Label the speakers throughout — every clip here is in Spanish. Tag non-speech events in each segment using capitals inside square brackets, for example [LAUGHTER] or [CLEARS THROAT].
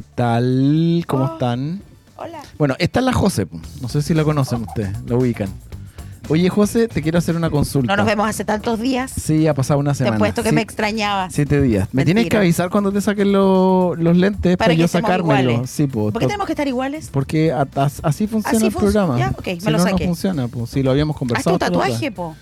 Speaker 1: tal? ¿Cómo
Speaker 2: Oh.
Speaker 1: están?
Speaker 2: Hola.
Speaker 1: Bueno, esta es la José. po. No sé si la conocen ustedes, la ubican. Oye, José, te quiero hacer una consulta.
Speaker 2: No nos vemos hace tantos días.
Speaker 1: Sí, ha pasado una
Speaker 2: Te
Speaker 1: semana.
Speaker 2: he puesto que
Speaker 1: Sí,
Speaker 2: me extrañabas.
Speaker 1: Siete días. Me tienes que
Speaker 2: Mentira.
Speaker 1: avisar cuando te saquen lo- los lentes
Speaker 2: Para
Speaker 1: para,
Speaker 2: que
Speaker 1: yo
Speaker 2: estemos
Speaker 1: sacármelo.
Speaker 2: iguales.
Speaker 1: Sí, po,
Speaker 2: ¿Por qué
Speaker 1: to-
Speaker 2: tenemos que estar iguales?
Speaker 1: Porque a- as- así funciona
Speaker 2: Así
Speaker 1: el
Speaker 2: func-
Speaker 1: programa.
Speaker 2: ya, ok, me
Speaker 1: si
Speaker 2: lo
Speaker 1: no,
Speaker 2: saqué.
Speaker 1: no funciona, pues. Si lo habíamos
Speaker 2: Haz
Speaker 1: conversado.
Speaker 2: tu
Speaker 1: otra vez.
Speaker 2: tatuaje, po.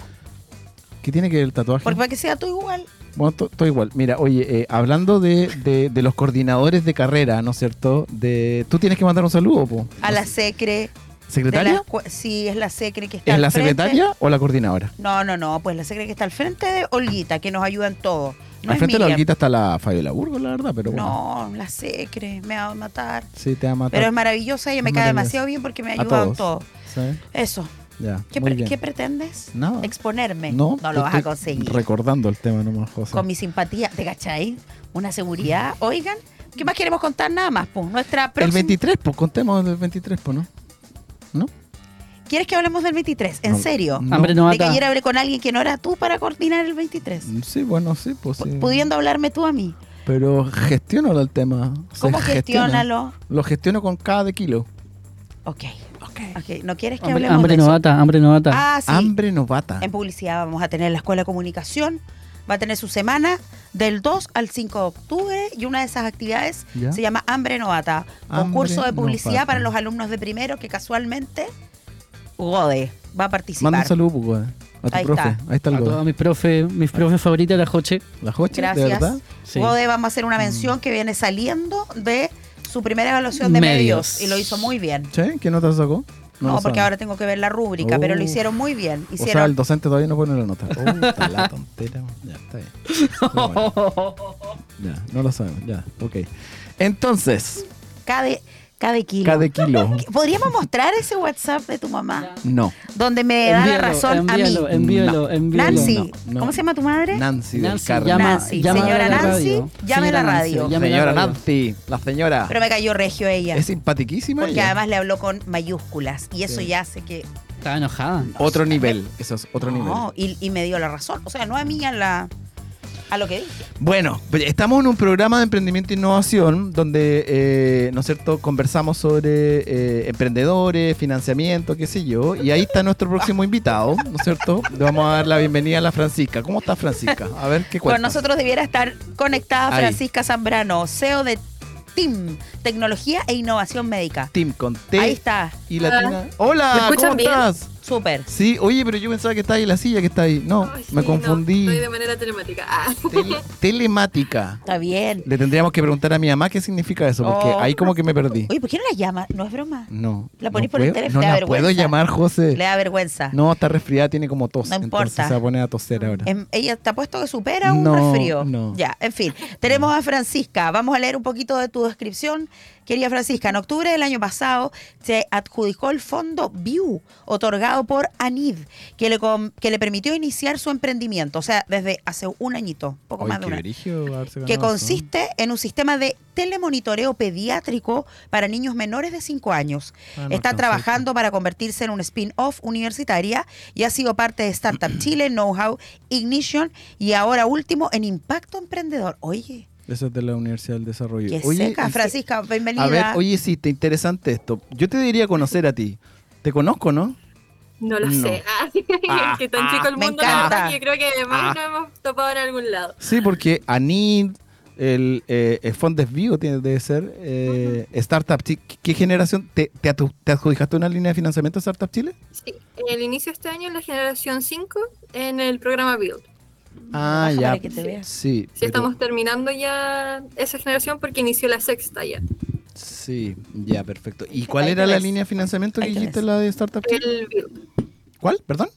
Speaker 1: ¿Qué tiene que ver el tatuaje?
Speaker 2: Porque para que sea tú igual.
Speaker 1: Bueno, to- todo igual. Mira, oye, eh, hablando de, de- de los coordinadores de carrera, ¿no es cierto? De, tú tienes que mandar un saludo, po.
Speaker 2: A la secre. de la
Speaker 1: ¿Secretaria?
Speaker 2: escue- sí, es la secre que está
Speaker 1: ¿Es
Speaker 2: al
Speaker 1: la
Speaker 2: frente.
Speaker 1: secretaria o la coordinadora?
Speaker 2: No, no, no. Pues la secre que está al frente de Olguita, que nos ayuda en todo. No
Speaker 1: Al
Speaker 2: es
Speaker 1: frente de la
Speaker 2: Miriam.
Speaker 1: Olguita está la Fabiola Burgos, la verdad, pero bueno.
Speaker 2: No, la secre. Me va a matar.
Speaker 1: Sí, te va a matar.
Speaker 2: Pero es maravillosa, ella me
Speaker 1: Es
Speaker 2: cae
Speaker 1: maravillosa.
Speaker 2: demasiado bien porque me ha
Speaker 1: A
Speaker 2: ayudado en
Speaker 1: todos.
Speaker 2: todo.
Speaker 1: ¿sabes?
Speaker 2: Eso.
Speaker 1: Ya,
Speaker 2: ¿Qué,
Speaker 1: muy
Speaker 2: pre-
Speaker 1: bien.
Speaker 2: qué pretendes?
Speaker 1: Nada.
Speaker 2: Exponerme.
Speaker 1: No,
Speaker 2: no
Speaker 1: te
Speaker 2: lo vas a
Speaker 1: estoy
Speaker 2: conseguir.
Speaker 1: Recordando el tema nomás, José.
Speaker 2: Con mi simpatía, ¿te cachai? Una seguridad. Oigan, ¿qué más queremos contar? Nada más, pues. Nuestra
Speaker 1: El
Speaker 2: próxima-
Speaker 1: 23, pues contemos el 23, pues, ¿no? ¿No?
Speaker 2: ¿Quieres que hablemos del 23? ¿En
Speaker 1: No.
Speaker 2: serio?
Speaker 1: No.
Speaker 3: Hambre no
Speaker 2: De que ayer
Speaker 3: mata.
Speaker 2: hablé con alguien que no era tú para coordinar el 23.
Speaker 1: Sí, bueno, sí, pues sí.
Speaker 2: P- Pudiendo hablarme tú a mí.
Speaker 1: Pero gestiónalo el tema. Se
Speaker 2: ¿Cómo
Speaker 1: gestiona.
Speaker 2: gestiónalo?
Speaker 1: Lo gestiono con cada de kilo.
Speaker 2: Ok. Ok, ¿No quieres que
Speaker 3: Hambre,
Speaker 2: hablemos
Speaker 3: hambre
Speaker 2: de
Speaker 3: no
Speaker 2: eso?
Speaker 3: mata, hambre no mata.
Speaker 2: Ah, sí.
Speaker 1: Hambre novata.
Speaker 2: En publicidad vamos a tener la Escuela de Comunicación, va a tener su semana del 2 al 5 de octubre y una de esas actividades
Speaker 1: Ya.
Speaker 2: se llama Hambre Novata, concurso
Speaker 1: Hambre
Speaker 2: de publicidad
Speaker 1: Novata.
Speaker 2: para los alumnos de primero que casualmente Gode va a participar.
Speaker 1: Manda un saludo, pues, güey. A tu
Speaker 2: Ahí
Speaker 1: profe.
Speaker 2: está.
Speaker 1: Ahí está el
Speaker 3: A
Speaker 1: güey.
Speaker 3: todas mis profes, mis profes favoritas, la Joche.
Speaker 1: La Joche, de
Speaker 2: Gracias.
Speaker 1: verdad. Mm.
Speaker 3: Sí.
Speaker 2: Gode vamos a hacer una mención que viene saliendo de su primera evaluación de medios,
Speaker 3: Medios.
Speaker 2: y lo hizo muy bien.
Speaker 1: ¿Sí? ¿Qué nota sacó?
Speaker 2: No,
Speaker 1: lo
Speaker 2: porque
Speaker 1: saben.
Speaker 2: ahora tengo que ver la rúbrica, pero lo
Speaker 1: Uf.
Speaker 2: hicieron muy bien.
Speaker 1: O sea, el
Speaker 2: Hicieron
Speaker 1: docente todavía no pone la nota. Oh, está
Speaker 2: [LAUGHS]
Speaker 1: la tontera. Ya, está bien. Pero
Speaker 3: [LAUGHS] Oh,
Speaker 1: bueno, ya, no lo sabemos. Ya, ok. Entonces,
Speaker 2: cada, cada kilo.
Speaker 1: cada kilo.
Speaker 2: ¿Podríamos mostrar ese WhatsApp de tu mamá?
Speaker 1: No.
Speaker 2: donde me da la razón
Speaker 3: envíalo,
Speaker 2: a mí.
Speaker 3: envíalo, envíalo.
Speaker 2: Nancy,
Speaker 1: No, no.
Speaker 2: ¿cómo se llama tu madre?
Speaker 1: Nancy, del
Speaker 3: Nancy,
Speaker 1: Carmen.
Speaker 3: llama-
Speaker 2: Nancy,
Speaker 3: llama
Speaker 2: señora
Speaker 3: a la
Speaker 2: Nancy,
Speaker 3: radio.
Speaker 2: llame a la
Speaker 3: Señora
Speaker 2: radio.
Speaker 3: Nancy, llame a la
Speaker 1: Señora
Speaker 3: radio.
Speaker 1: Nancy, la señora.
Speaker 2: Pero me cayó regio ella.
Speaker 1: Es simpaticísima.
Speaker 2: porque
Speaker 1: ella.
Speaker 2: además le habló con mayúsculas y eso
Speaker 1: Sí.
Speaker 2: ya hace que.
Speaker 3: Estaba enojada.
Speaker 1: Otro nivel. Eso es otro nivel.
Speaker 2: No, y, y me dio la razón. O sea, no a mí a, la, a lo que dije.
Speaker 1: Bueno, pues estamos en un programa de emprendimiento e innovación donde, eh, ¿no es cierto?, conversamos sobre eh, emprendedores, financiamiento, qué sé yo. Y ahí está nuestro
Speaker 4: [LAUGHS]
Speaker 1: próximo invitado, ¿no es cierto? Le vamos a dar la bienvenida a la Francisca. ¿Cómo está Francisca? A ver, ¿qué cuenta?
Speaker 2: Con nosotros debiera estar conectada
Speaker 1: Ahí.
Speaker 2: Francisca Zambrano, CEO de TIM, Tecnología e Innovación Médica.
Speaker 1: Team con T
Speaker 2: Ahí está,
Speaker 1: y Latina. Hola,
Speaker 4: ¿Me escuchan
Speaker 1: ¿cómo
Speaker 4: bien?
Speaker 1: estás?
Speaker 2: súper.
Speaker 1: Sí, oye, pero yo pensaba que está ahí la silla que está ahí. No,
Speaker 4: Ay, sí,
Speaker 1: me
Speaker 4: no,
Speaker 1: confundí.
Speaker 4: estoy de manera telemática. Ah. [LAUGHS]
Speaker 1: Tele- telemática.
Speaker 2: Está bien.
Speaker 1: Le tendríamos que preguntar a mi mamá qué significa eso, porque
Speaker 2: Oh.
Speaker 1: ahí como que me perdí.
Speaker 2: Oye, ¿por qué no la llama? No es broma.
Speaker 1: No.
Speaker 2: La
Speaker 1: no
Speaker 2: ponís por el
Speaker 1: puedo-
Speaker 2: teléfono,
Speaker 1: No
Speaker 2: te da
Speaker 1: la puedo
Speaker 2: vergüenza.
Speaker 1: llamar, José.
Speaker 2: Le da vergüenza.
Speaker 1: No, está resfriada, tiene como tos.
Speaker 2: No importa.
Speaker 1: Entonces se va a poner a toser ahora.
Speaker 2: En- Em, ella está puesto que supera un
Speaker 1: No,
Speaker 2: resfrío.
Speaker 1: no.
Speaker 2: Ya, en fin. Tenemos a Francisca. Vamos a leer un poquito de tu descripción. Querida Francisca, en octubre del año pasado se adjudicó el fondo View, otorgado por ANID, que le, com- que le permitió iniciar su emprendimiento. O sea, desde hace un añito, poco más de un año que consiste en un sistema de telemonitoreo pediátrico para niños menores de 5 años.
Speaker 1: Ah, no
Speaker 2: Está
Speaker 1: alcancé.
Speaker 2: trabajando para convertirse en un spin-off universitaria y ha sido parte de
Speaker 1: [CLEARS THROAT]
Speaker 2: Startup Chile, Know-How, Ignition y ahora último en Impacto Emprendedor. Oye,
Speaker 1: Eso es de la Universidad del Desarrollo.
Speaker 2: qué
Speaker 1: Oye,
Speaker 2: seca,
Speaker 1: y-
Speaker 2: Francisca, bienvenida.
Speaker 1: A ver, oye, sí, está interesante esto. Yo te diría conocer a ti. Te conozco, ¿no?
Speaker 4: No lo
Speaker 1: No.
Speaker 4: sé. Ah, [LAUGHS]
Speaker 1: Ah,
Speaker 4: que tan chico el
Speaker 2: me
Speaker 4: mundo, la verdad,
Speaker 2: encanta.
Speaker 4: que yo creo que
Speaker 1: Ah.
Speaker 4: además no hemos topado en algún lado.
Speaker 1: Sí, porque Anid, el, eh, el Fondes Vivo tiene, debe ser, eh, Startup Chile. ¿Qué generación? ¿Te, te, atu- te adjudicaste una línea de financiamiento a Startup Chile?
Speaker 4: Sí, el inicio de este año en la generación 5 en el programa Build.
Speaker 1: Ah,
Speaker 2: Baja
Speaker 1: ya.
Speaker 2: para que te vea.
Speaker 1: Sí.
Speaker 4: Sí,
Speaker 1: pero-
Speaker 4: estamos terminando ya esa generación porque inició la sexta ya.
Speaker 1: Sí, ya, perfecto. ¿Y cuál
Speaker 2: Ahí
Speaker 1: era
Speaker 2: te
Speaker 1: la
Speaker 2: ves.
Speaker 1: línea de financiamiento que
Speaker 2: Ahí te
Speaker 1: dijiste,
Speaker 2: ves.
Speaker 1: la de Startup Chile?
Speaker 4: El Build.
Speaker 1: ¿Cuál? ¿Perdón?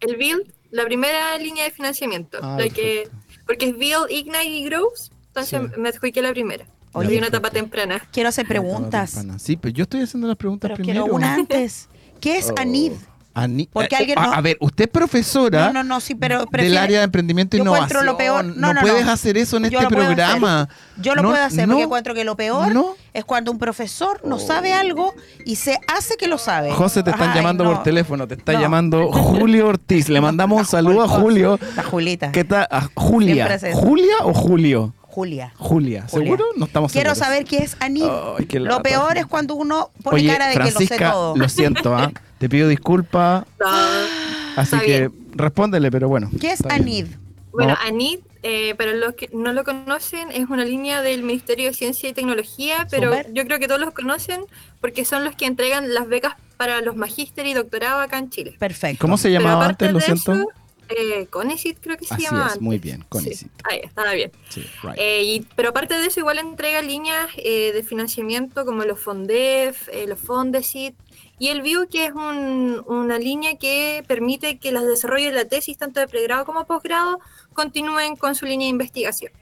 Speaker 4: El Build, la primera línea de financiamiento.
Speaker 1: Ah,
Speaker 4: la que, porque es Build, Ignite y Growth, entonces
Speaker 1: Sí.
Speaker 4: me adjudiqué la primera.
Speaker 1: Oye,
Speaker 4: y
Speaker 1: perfecto.
Speaker 4: una etapa temprana.
Speaker 2: Quiero hacer
Speaker 1: Ah,
Speaker 2: preguntas,
Speaker 1: pana. Sí, pero yo estoy haciendo las preguntas
Speaker 2: pero
Speaker 1: primero.
Speaker 2: quiero una antes. ¿Qué es
Speaker 1: Oh.
Speaker 2: ANID?
Speaker 1: Ani-
Speaker 2: Porque
Speaker 1: eh,
Speaker 2: alguien
Speaker 1: a,
Speaker 2: no-
Speaker 1: a ver, usted es
Speaker 2: No,
Speaker 1: profesora
Speaker 2: no, no, sí, pero
Speaker 1: del
Speaker 2: prefiere-
Speaker 1: área de emprendimiento e
Speaker 2: Yo encuentro
Speaker 1: innovación.
Speaker 2: lo peor. No, no,
Speaker 1: puedes
Speaker 2: no.
Speaker 1: hacer eso en
Speaker 2: Yo
Speaker 1: este
Speaker 2: lo puedo hacer.
Speaker 1: programa.
Speaker 2: Yo lo
Speaker 1: No,
Speaker 2: puedo hacer
Speaker 1: no,
Speaker 2: porque encuentro que lo peor
Speaker 1: no.
Speaker 2: es cuando un profesor no sabe algo y se hace que lo sabe.
Speaker 1: José, te están
Speaker 2: Ay,
Speaker 1: llamando
Speaker 2: no.
Speaker 1: por teléfono, te está
Speaker 2: No. [LAUGHS]
Speaker 1: llamando Julio Ortiz. Le mandamos un saludo a Julio.
Speaker 2: La Julita.
Speaker 1: ¿Qué tal? A
Speaker 2: Siempre
Speaker 1: Julia.
Speaker 2: hace eso.
Speaker 1: ¿Julia o Julio?
Speaker 2: Julia.
Speaker 1: Julia,
Speaker 2: Julia.
Speaker 1: ¿seguro? No estamos
Speaker 2: Quiero
Speaker 1: seguros.
Speaker 2: saber qué es Anid.
Speaker 1: Ay, qué
Speaker 2: lo
Speaker 1: lata.
Speaker 2: peor es cuando uno pone
Speaker 1: Oye,
Speaker 2: cara de
Speaker 1: Francisca,
Speaker 2: que lo sé todo.
Speaker 1: lo siento,
Speaker 2: [LAUGHS]
Speaker 1: ¿ah? te pido disculpas,
Speaker 4: Ah,
Speaker 1: así
Speaker 4: Está
Speaker 1: que respóndele, pero bueno.
Speaker 2: ¿Qué es
Speaker 1: está bien.
Speaker 2: Anid?
Speaker 4: Bueno,
Speaker 1: No.
Speaker 4: ANID, eh, para los que no lo conocen, es una línea del Ministerio de Ciencia y Tecnología, pero
Speaker 2: Súper.
Speaker 4: yo creo que todos los conocen porque son los que entregan las becas para los magíster y doctorado acá en Chile.
Speaker 2: Perfecto.
Speaker 1: ¿Cómo se
Speaker 4: Pero
Speaker 1: llamaba
Speaker 4: aparte
Speaker 1: antes? Lo
Speaker 4: de
Speaker 1: siento.
Speaker 4: eso, eh, Conicet creo que se
Speaker 1: Así
Speaker 4: llamaba
Speaker 1: es, muy
Speaker 4: antes.
Speaker 1: bien,
Speaker 4: Sí,
Speaker 1: Conicet.
Speaker 4: ahí estaba bien.
Speaker 1: Sí, right.
Speaker 4: Eh, y- pero aparte de eso, igual entrega líneas eh, de financiamiento como los FONDEF, eh, los FONDESIT y el BIU, que es un- una línea que permite que los desarrollos de la tesis, tanto de pregrado como posgrado, continúen con su línea de investigación.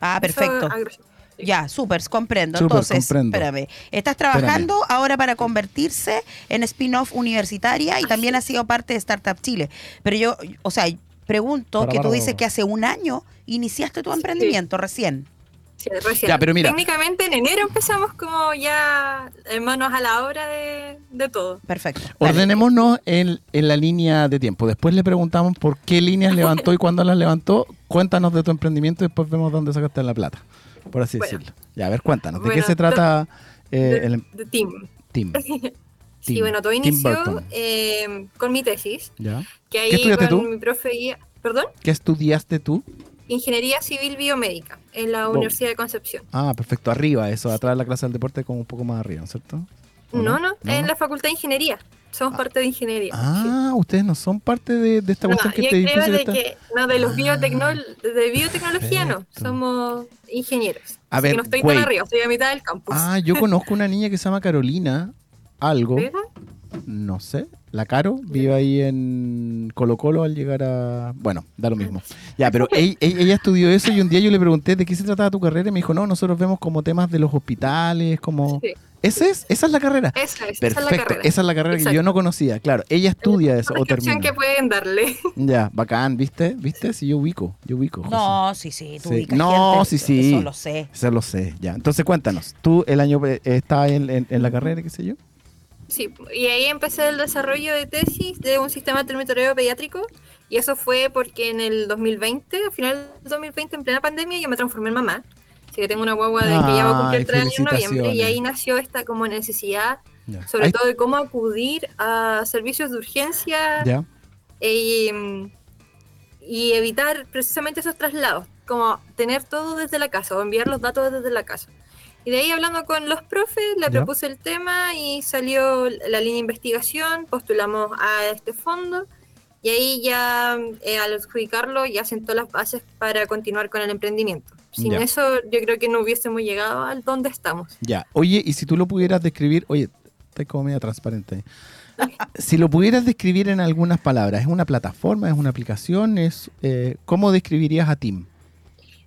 Speaker 2: Ah,
Speaker 4: Eso,
Speaker 2: perfecto.
Speaker 4: a grosso-
Speaker 2: Ya, súper, comprendo.
Speaker 1: Súper,
Speaker 2: Entonces,
Speaker 1: comprendo.
Speaker 2: espérame. Estás trabajando ahora para convertirse en spin-off universitaria y también has sido parte de Startup Chile. Pero yo, o sea, pregunto
Speaker 5: Para
Speaker 2: que tú
Speaker 5: Bárbara.
Speaker 2: dices que hace un año iniciaste tu emprendimiento recién.
Speaker 4: sí, recién.
Speaker 1: Ya, pero mira.
Speaker 4: Técnicamente en enero empezamos como ya eh, manos a la obra de, de todo.
Speaker 2: Perfecto. Dale.
Speaker 1: Ordenémonos en, en la línea de tiempo. Después le preguntamos por qué líneas levantó y cuándo las levantó. Cuéntanos de tu emprendimiento y después vemos dónde sacaste la plata, por así
Speaker 4: Bueno.
Speaker 1: decirlo. Ya, a ver, cuéntanos. ¿De qué
Speaker 4: Bueno,
Speaker 1: se trata eh, el
Speaker 4: De team.
Speaker 1: team?
Speaker 4: [LAUGHS] Sí,
Speaker 1: Tim-
Speaker 4: bueno, todo
Speaker 1: Tim
Speaker 4: inició
Speaker 1: Burton.
Speaker 4: eh, con mi tesis,
Speaker 1: ¿Ya?
Speaker 4: que ahí
Speaker 1: estudiaste
Speaker 4: con
Speaker 1: tú?
Speaker 4: mi profe guía, perdón,
Speaker 1: ¿Qué estudiaste tú?
Speaker 4: Ingeniería Civil Biomédica en la
Speaker 1: Wow.
Speaker 4: Universidad de Concepción.
Speaker 1: Ah, perfecto, arriba eso, atrás de la clase del deporte como un poco más arriba, ¿no es cierto? ¿O
Speaker 4: No, no,
Speaker 1: ¿No?
Speaker 4: en la Facultad de Ingeniería. Somos parte de Ingeniería.
Speaker 1: Ah, ustedes no son parte de, de esta
Speaker 4: sí. No,
Speaker 1: cuestión que
Speaker 4: yo
Speaker 1: te
Speaker 4: creo
Speaker 1: difícil
Speaker 4: de
Speaker 1: está-
Speaker 4: que, no, de los
Speaker 1: Ah,
Speaker 4: biotecnol- de biotecnología
Speaker 1: perfecto.
Speaker 4: no, somos ingenieros.
Speaker 1: A
Speaker 4: Así
Speaker 1: ver,
Speaker 4: que no estoy
Speaker 1: wait.
Speaker 4: tan arriba, estoy a mitad del campus.
Speaker 1: Ah, yo conozco una niña que se llama Carolina, algo,
Speaker 4: ¿Verdad?
Speaker 1: no sé, la Caro, vive ahí en Colo Colo al llegar a... Bueno, da lo mismo.
Speaker 4: Ah.
Speaker 1: Ya, pero ella, ella estudió eso y un día yo le pregunté de qué se trataba tu carrera y me dijo, no, nosotros vemos como temas de los hospitales, como...
Speaker 4: Sí,
Speaker 1: ¿Ese es? ¿Esa es la carrera?
Speaker 4: esa es, esa es la
Speaker 1: Perfecto,
Speaker 4: carrera.
Speaker 1: esa es la carrera que yo
Speaker 4: Exacto.
Speaker 1: no conocía, claro. Ella estudia eso o termina.
Speaker 4: descripción que pueden darle.
Speaker 1: Ya, bacán, ¿viste? ¿Viste? Sí, yo ubico, yo ubico. José.
Speaker 2: No, sí, sí, tú
Speaker 1: Sí.
Speaker 2: ubicas
Speaker 1: No,
Speaker 2: gente,
Speaker 1: sí, sí.
Speaker 2: Eso lo sé.
Speaker 1: Se lo sé, ya. Entonces cuéntanos, tú el año eh, estabas en, en- en la carrera, qué sé yo.
Speaker 4: Sí, y ahí empecé el desarrollo de tesis de un sistema de monitoreo pediátrico y eso fue porque en el 2020, a final del 2020, en plena pandemia, yo me transformé en mamá. Así que tengo una guagua de que ya va a
Speaker 1: Ay,
Speaker 4: cumplir tres años en noviembre y
Speaker 1: felicitaciones.
Speaker 4: ahí nació esta como necesidad,
Speaker 1: Ya.
Speaker 4: sobre
Speaker 1: Ahí-
Speaker 4: todo de cómo acudir a servicios de urgencia
Speaker 1: Ya.
Speaker 4: y, mm, y evitar precisamente esos traslados, como tener todo desde la casa o enviar los datos desde la casa. Y de ahí hablando con los profes, le
Speaker 1: Ya.
Speaker 4: propuse el tema y salió la línea de investigación, postulamos a este fondo y ahí ya eh, al adjudicarlo ya sentó las bases para continuar con el emprendimiento. Sin
Speaker 1: Ya.
Speaker 4: eso yo creo que no hubiésemos llegado al donde estamos.
Speaker 1: Ya. Oye, y si tú lo pudieras describir, oye, estoy como media transparente. Si lo pudieras describir en algunas palabras, ¿es una plataforma, es una aplicación? Es, eh, ¿Cómo describirías a Tim?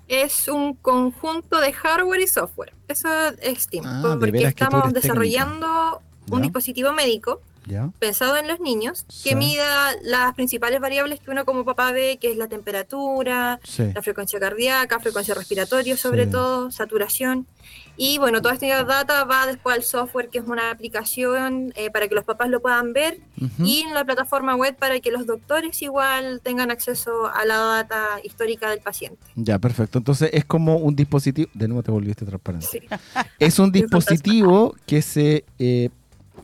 Speaker 4: Es un conjunto de hardware y software. Eso es Steam,
Speaker 1: Ah, de
Speaker 4: porque
Speaker 1: veras que tú
Speaker 4: estamos
Speaker 1: eres técnica.
Speaker 4: desarrollando un
Speaker 1: Ya.
Speaker 4: dispositivo médico
Speaker 1: ¿Ya?
Speaker 4: pensado en los niños
Speaker 1: Sí.
Speaker 4: que mida las principales variables que uno como papá ve, que es la temperatura,
Speaker 1: Sí.
Speaker 4: la frecuencia cardíaca, frecuencia respiratoria sobre
Speaker 1: Sí.
Speaker 4: todo, saturación. Y bueno, toda esta data va después al software, que es una aplicación eh, para que los papás lo puedan ver,
Speaker 1: Ujú.
Speaker 4: y en la plataforma web para que los doctores igual tengan acceso a la data histórica del paciente.
Speaker 1: Ya, perfecto. Entonces es como un dispositivo. De nuevo te volviste transparente.
Speaker 4: Sí.
Speaker 1: Es un
Speaker 4: [LAUGHS] Soy fantasma.
Speaker 1: dispositivo que se eh,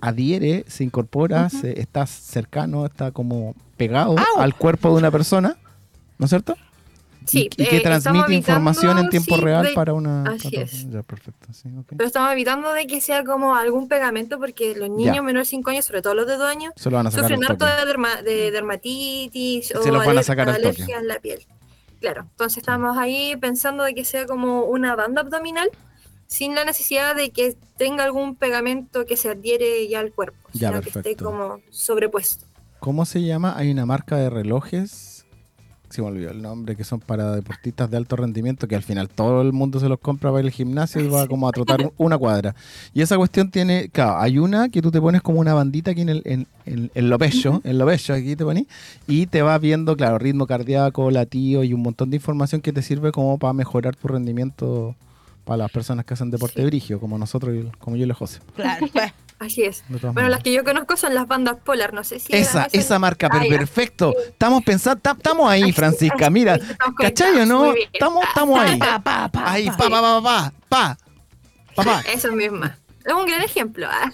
Speaker 1: adhiere, se incorpora, se, está cercano, está como pegado
Speaker 2: Au.
Speaker 1: al cuerpo de una persona, ¿no es cierto?
Speaker 4: Sí,
Speaker 1: y, y que
Speaker 4: eh, estamos
Speaker 1: transmite
Speaker 4: evitando,
Speaker 1: información en tiempo
Speaker 4: sí,
Speaker 1: real
Speaker 4: de-
Speaker 1: para una...
Speaker 4: así
Speaker 1: para-
Speaker 4: es.
Speaker 1: Ya, perfecto. sí, ok.
Speaker 4: Pero estamos evitando de que sea como algún pegamento porque los niños menores de 5 años, sobre todo los de 2 años,
Speaker 1: Se lo van a sacar
Speaker 4: sufren
Speaker 1: al
Speaker 4: harto
Speaker 1: toque.
Speaker 4: de, derma- de dermatitis o
Speaker 1: Se los van a
Speaker 4: aler-
Speaker 1: sacar al toque.
Speaker 4: alergia en la piel. Claro, entonces estamos ahí pensando de que sea como una banda abdominal sin la necesidad de que tenga algún pegamento que se adhiere ya al cuerpo,
Speaker 1: Ya,
Speaker 4: sino que esté
Speaker 1: perfecto.
Speaker 4: como sobrepuesto.
Speaker 1: ¿Cómo se llama? Hay una marca de relojes, se me olvidó el nombre, que son para deportistas de alto rendimiento, que al final todo el mundo se los compra para ir al gimnasio y va como a trotar
Speaker 4: [LAUGHS]
Speaker 1: un- una cuadra. Y esa cuestión tiene, claro, hay una que tú te pones como una bandita aquí en el en, en, en lo bello, en lo bello, aquí te pones, y te vas viendo, claro, ritmo cardíaco, latido y un montón de información que te sirve como para mejorar tu rendimiento para las personas que hacen deporte
Speaker 4: Sí. [LAUGHS]
Speaker 1: brigio, como nosotros, y- como yo y el José.
Speaker 2: Claro.
Speaker 4: Así es.
Speaker 1: De todas
Speaker 4: Bueno,
Speaker 1: maneras.
Speaker 4: las que yo conozco son las bandas polar, no sé si...
Speaker 1: Esa,
Speaker 4: eran
Speaker 1: esa marca, pero
Speaker 4: Ah, ya.
Speaker 1: perfecto. Estamos pensando, estamos ahí,
Speaker 4: Así,
Speaker 1: Francisca,
Speaker 4: así,
Speaker 1: mira.
Speaker 4: estamos
Speaker 1: ¿Cachai o
Speaker 4: conectados,
Speaker 1: no?
Speaker 4: muy bien.
Speaker 1: Estamos, estamos ahí.
Speaker 2: Pa, pa, pa,
Speaker 1: Ahí,
Speaker 2: pa.
Speaker 1: pa, pa, pa, pa, pa, pa,
Speaker 4: [LAUGHS]
Speaker 1: pa.
Speaker 4: Eso misma. Es un gran ejemplo. ah.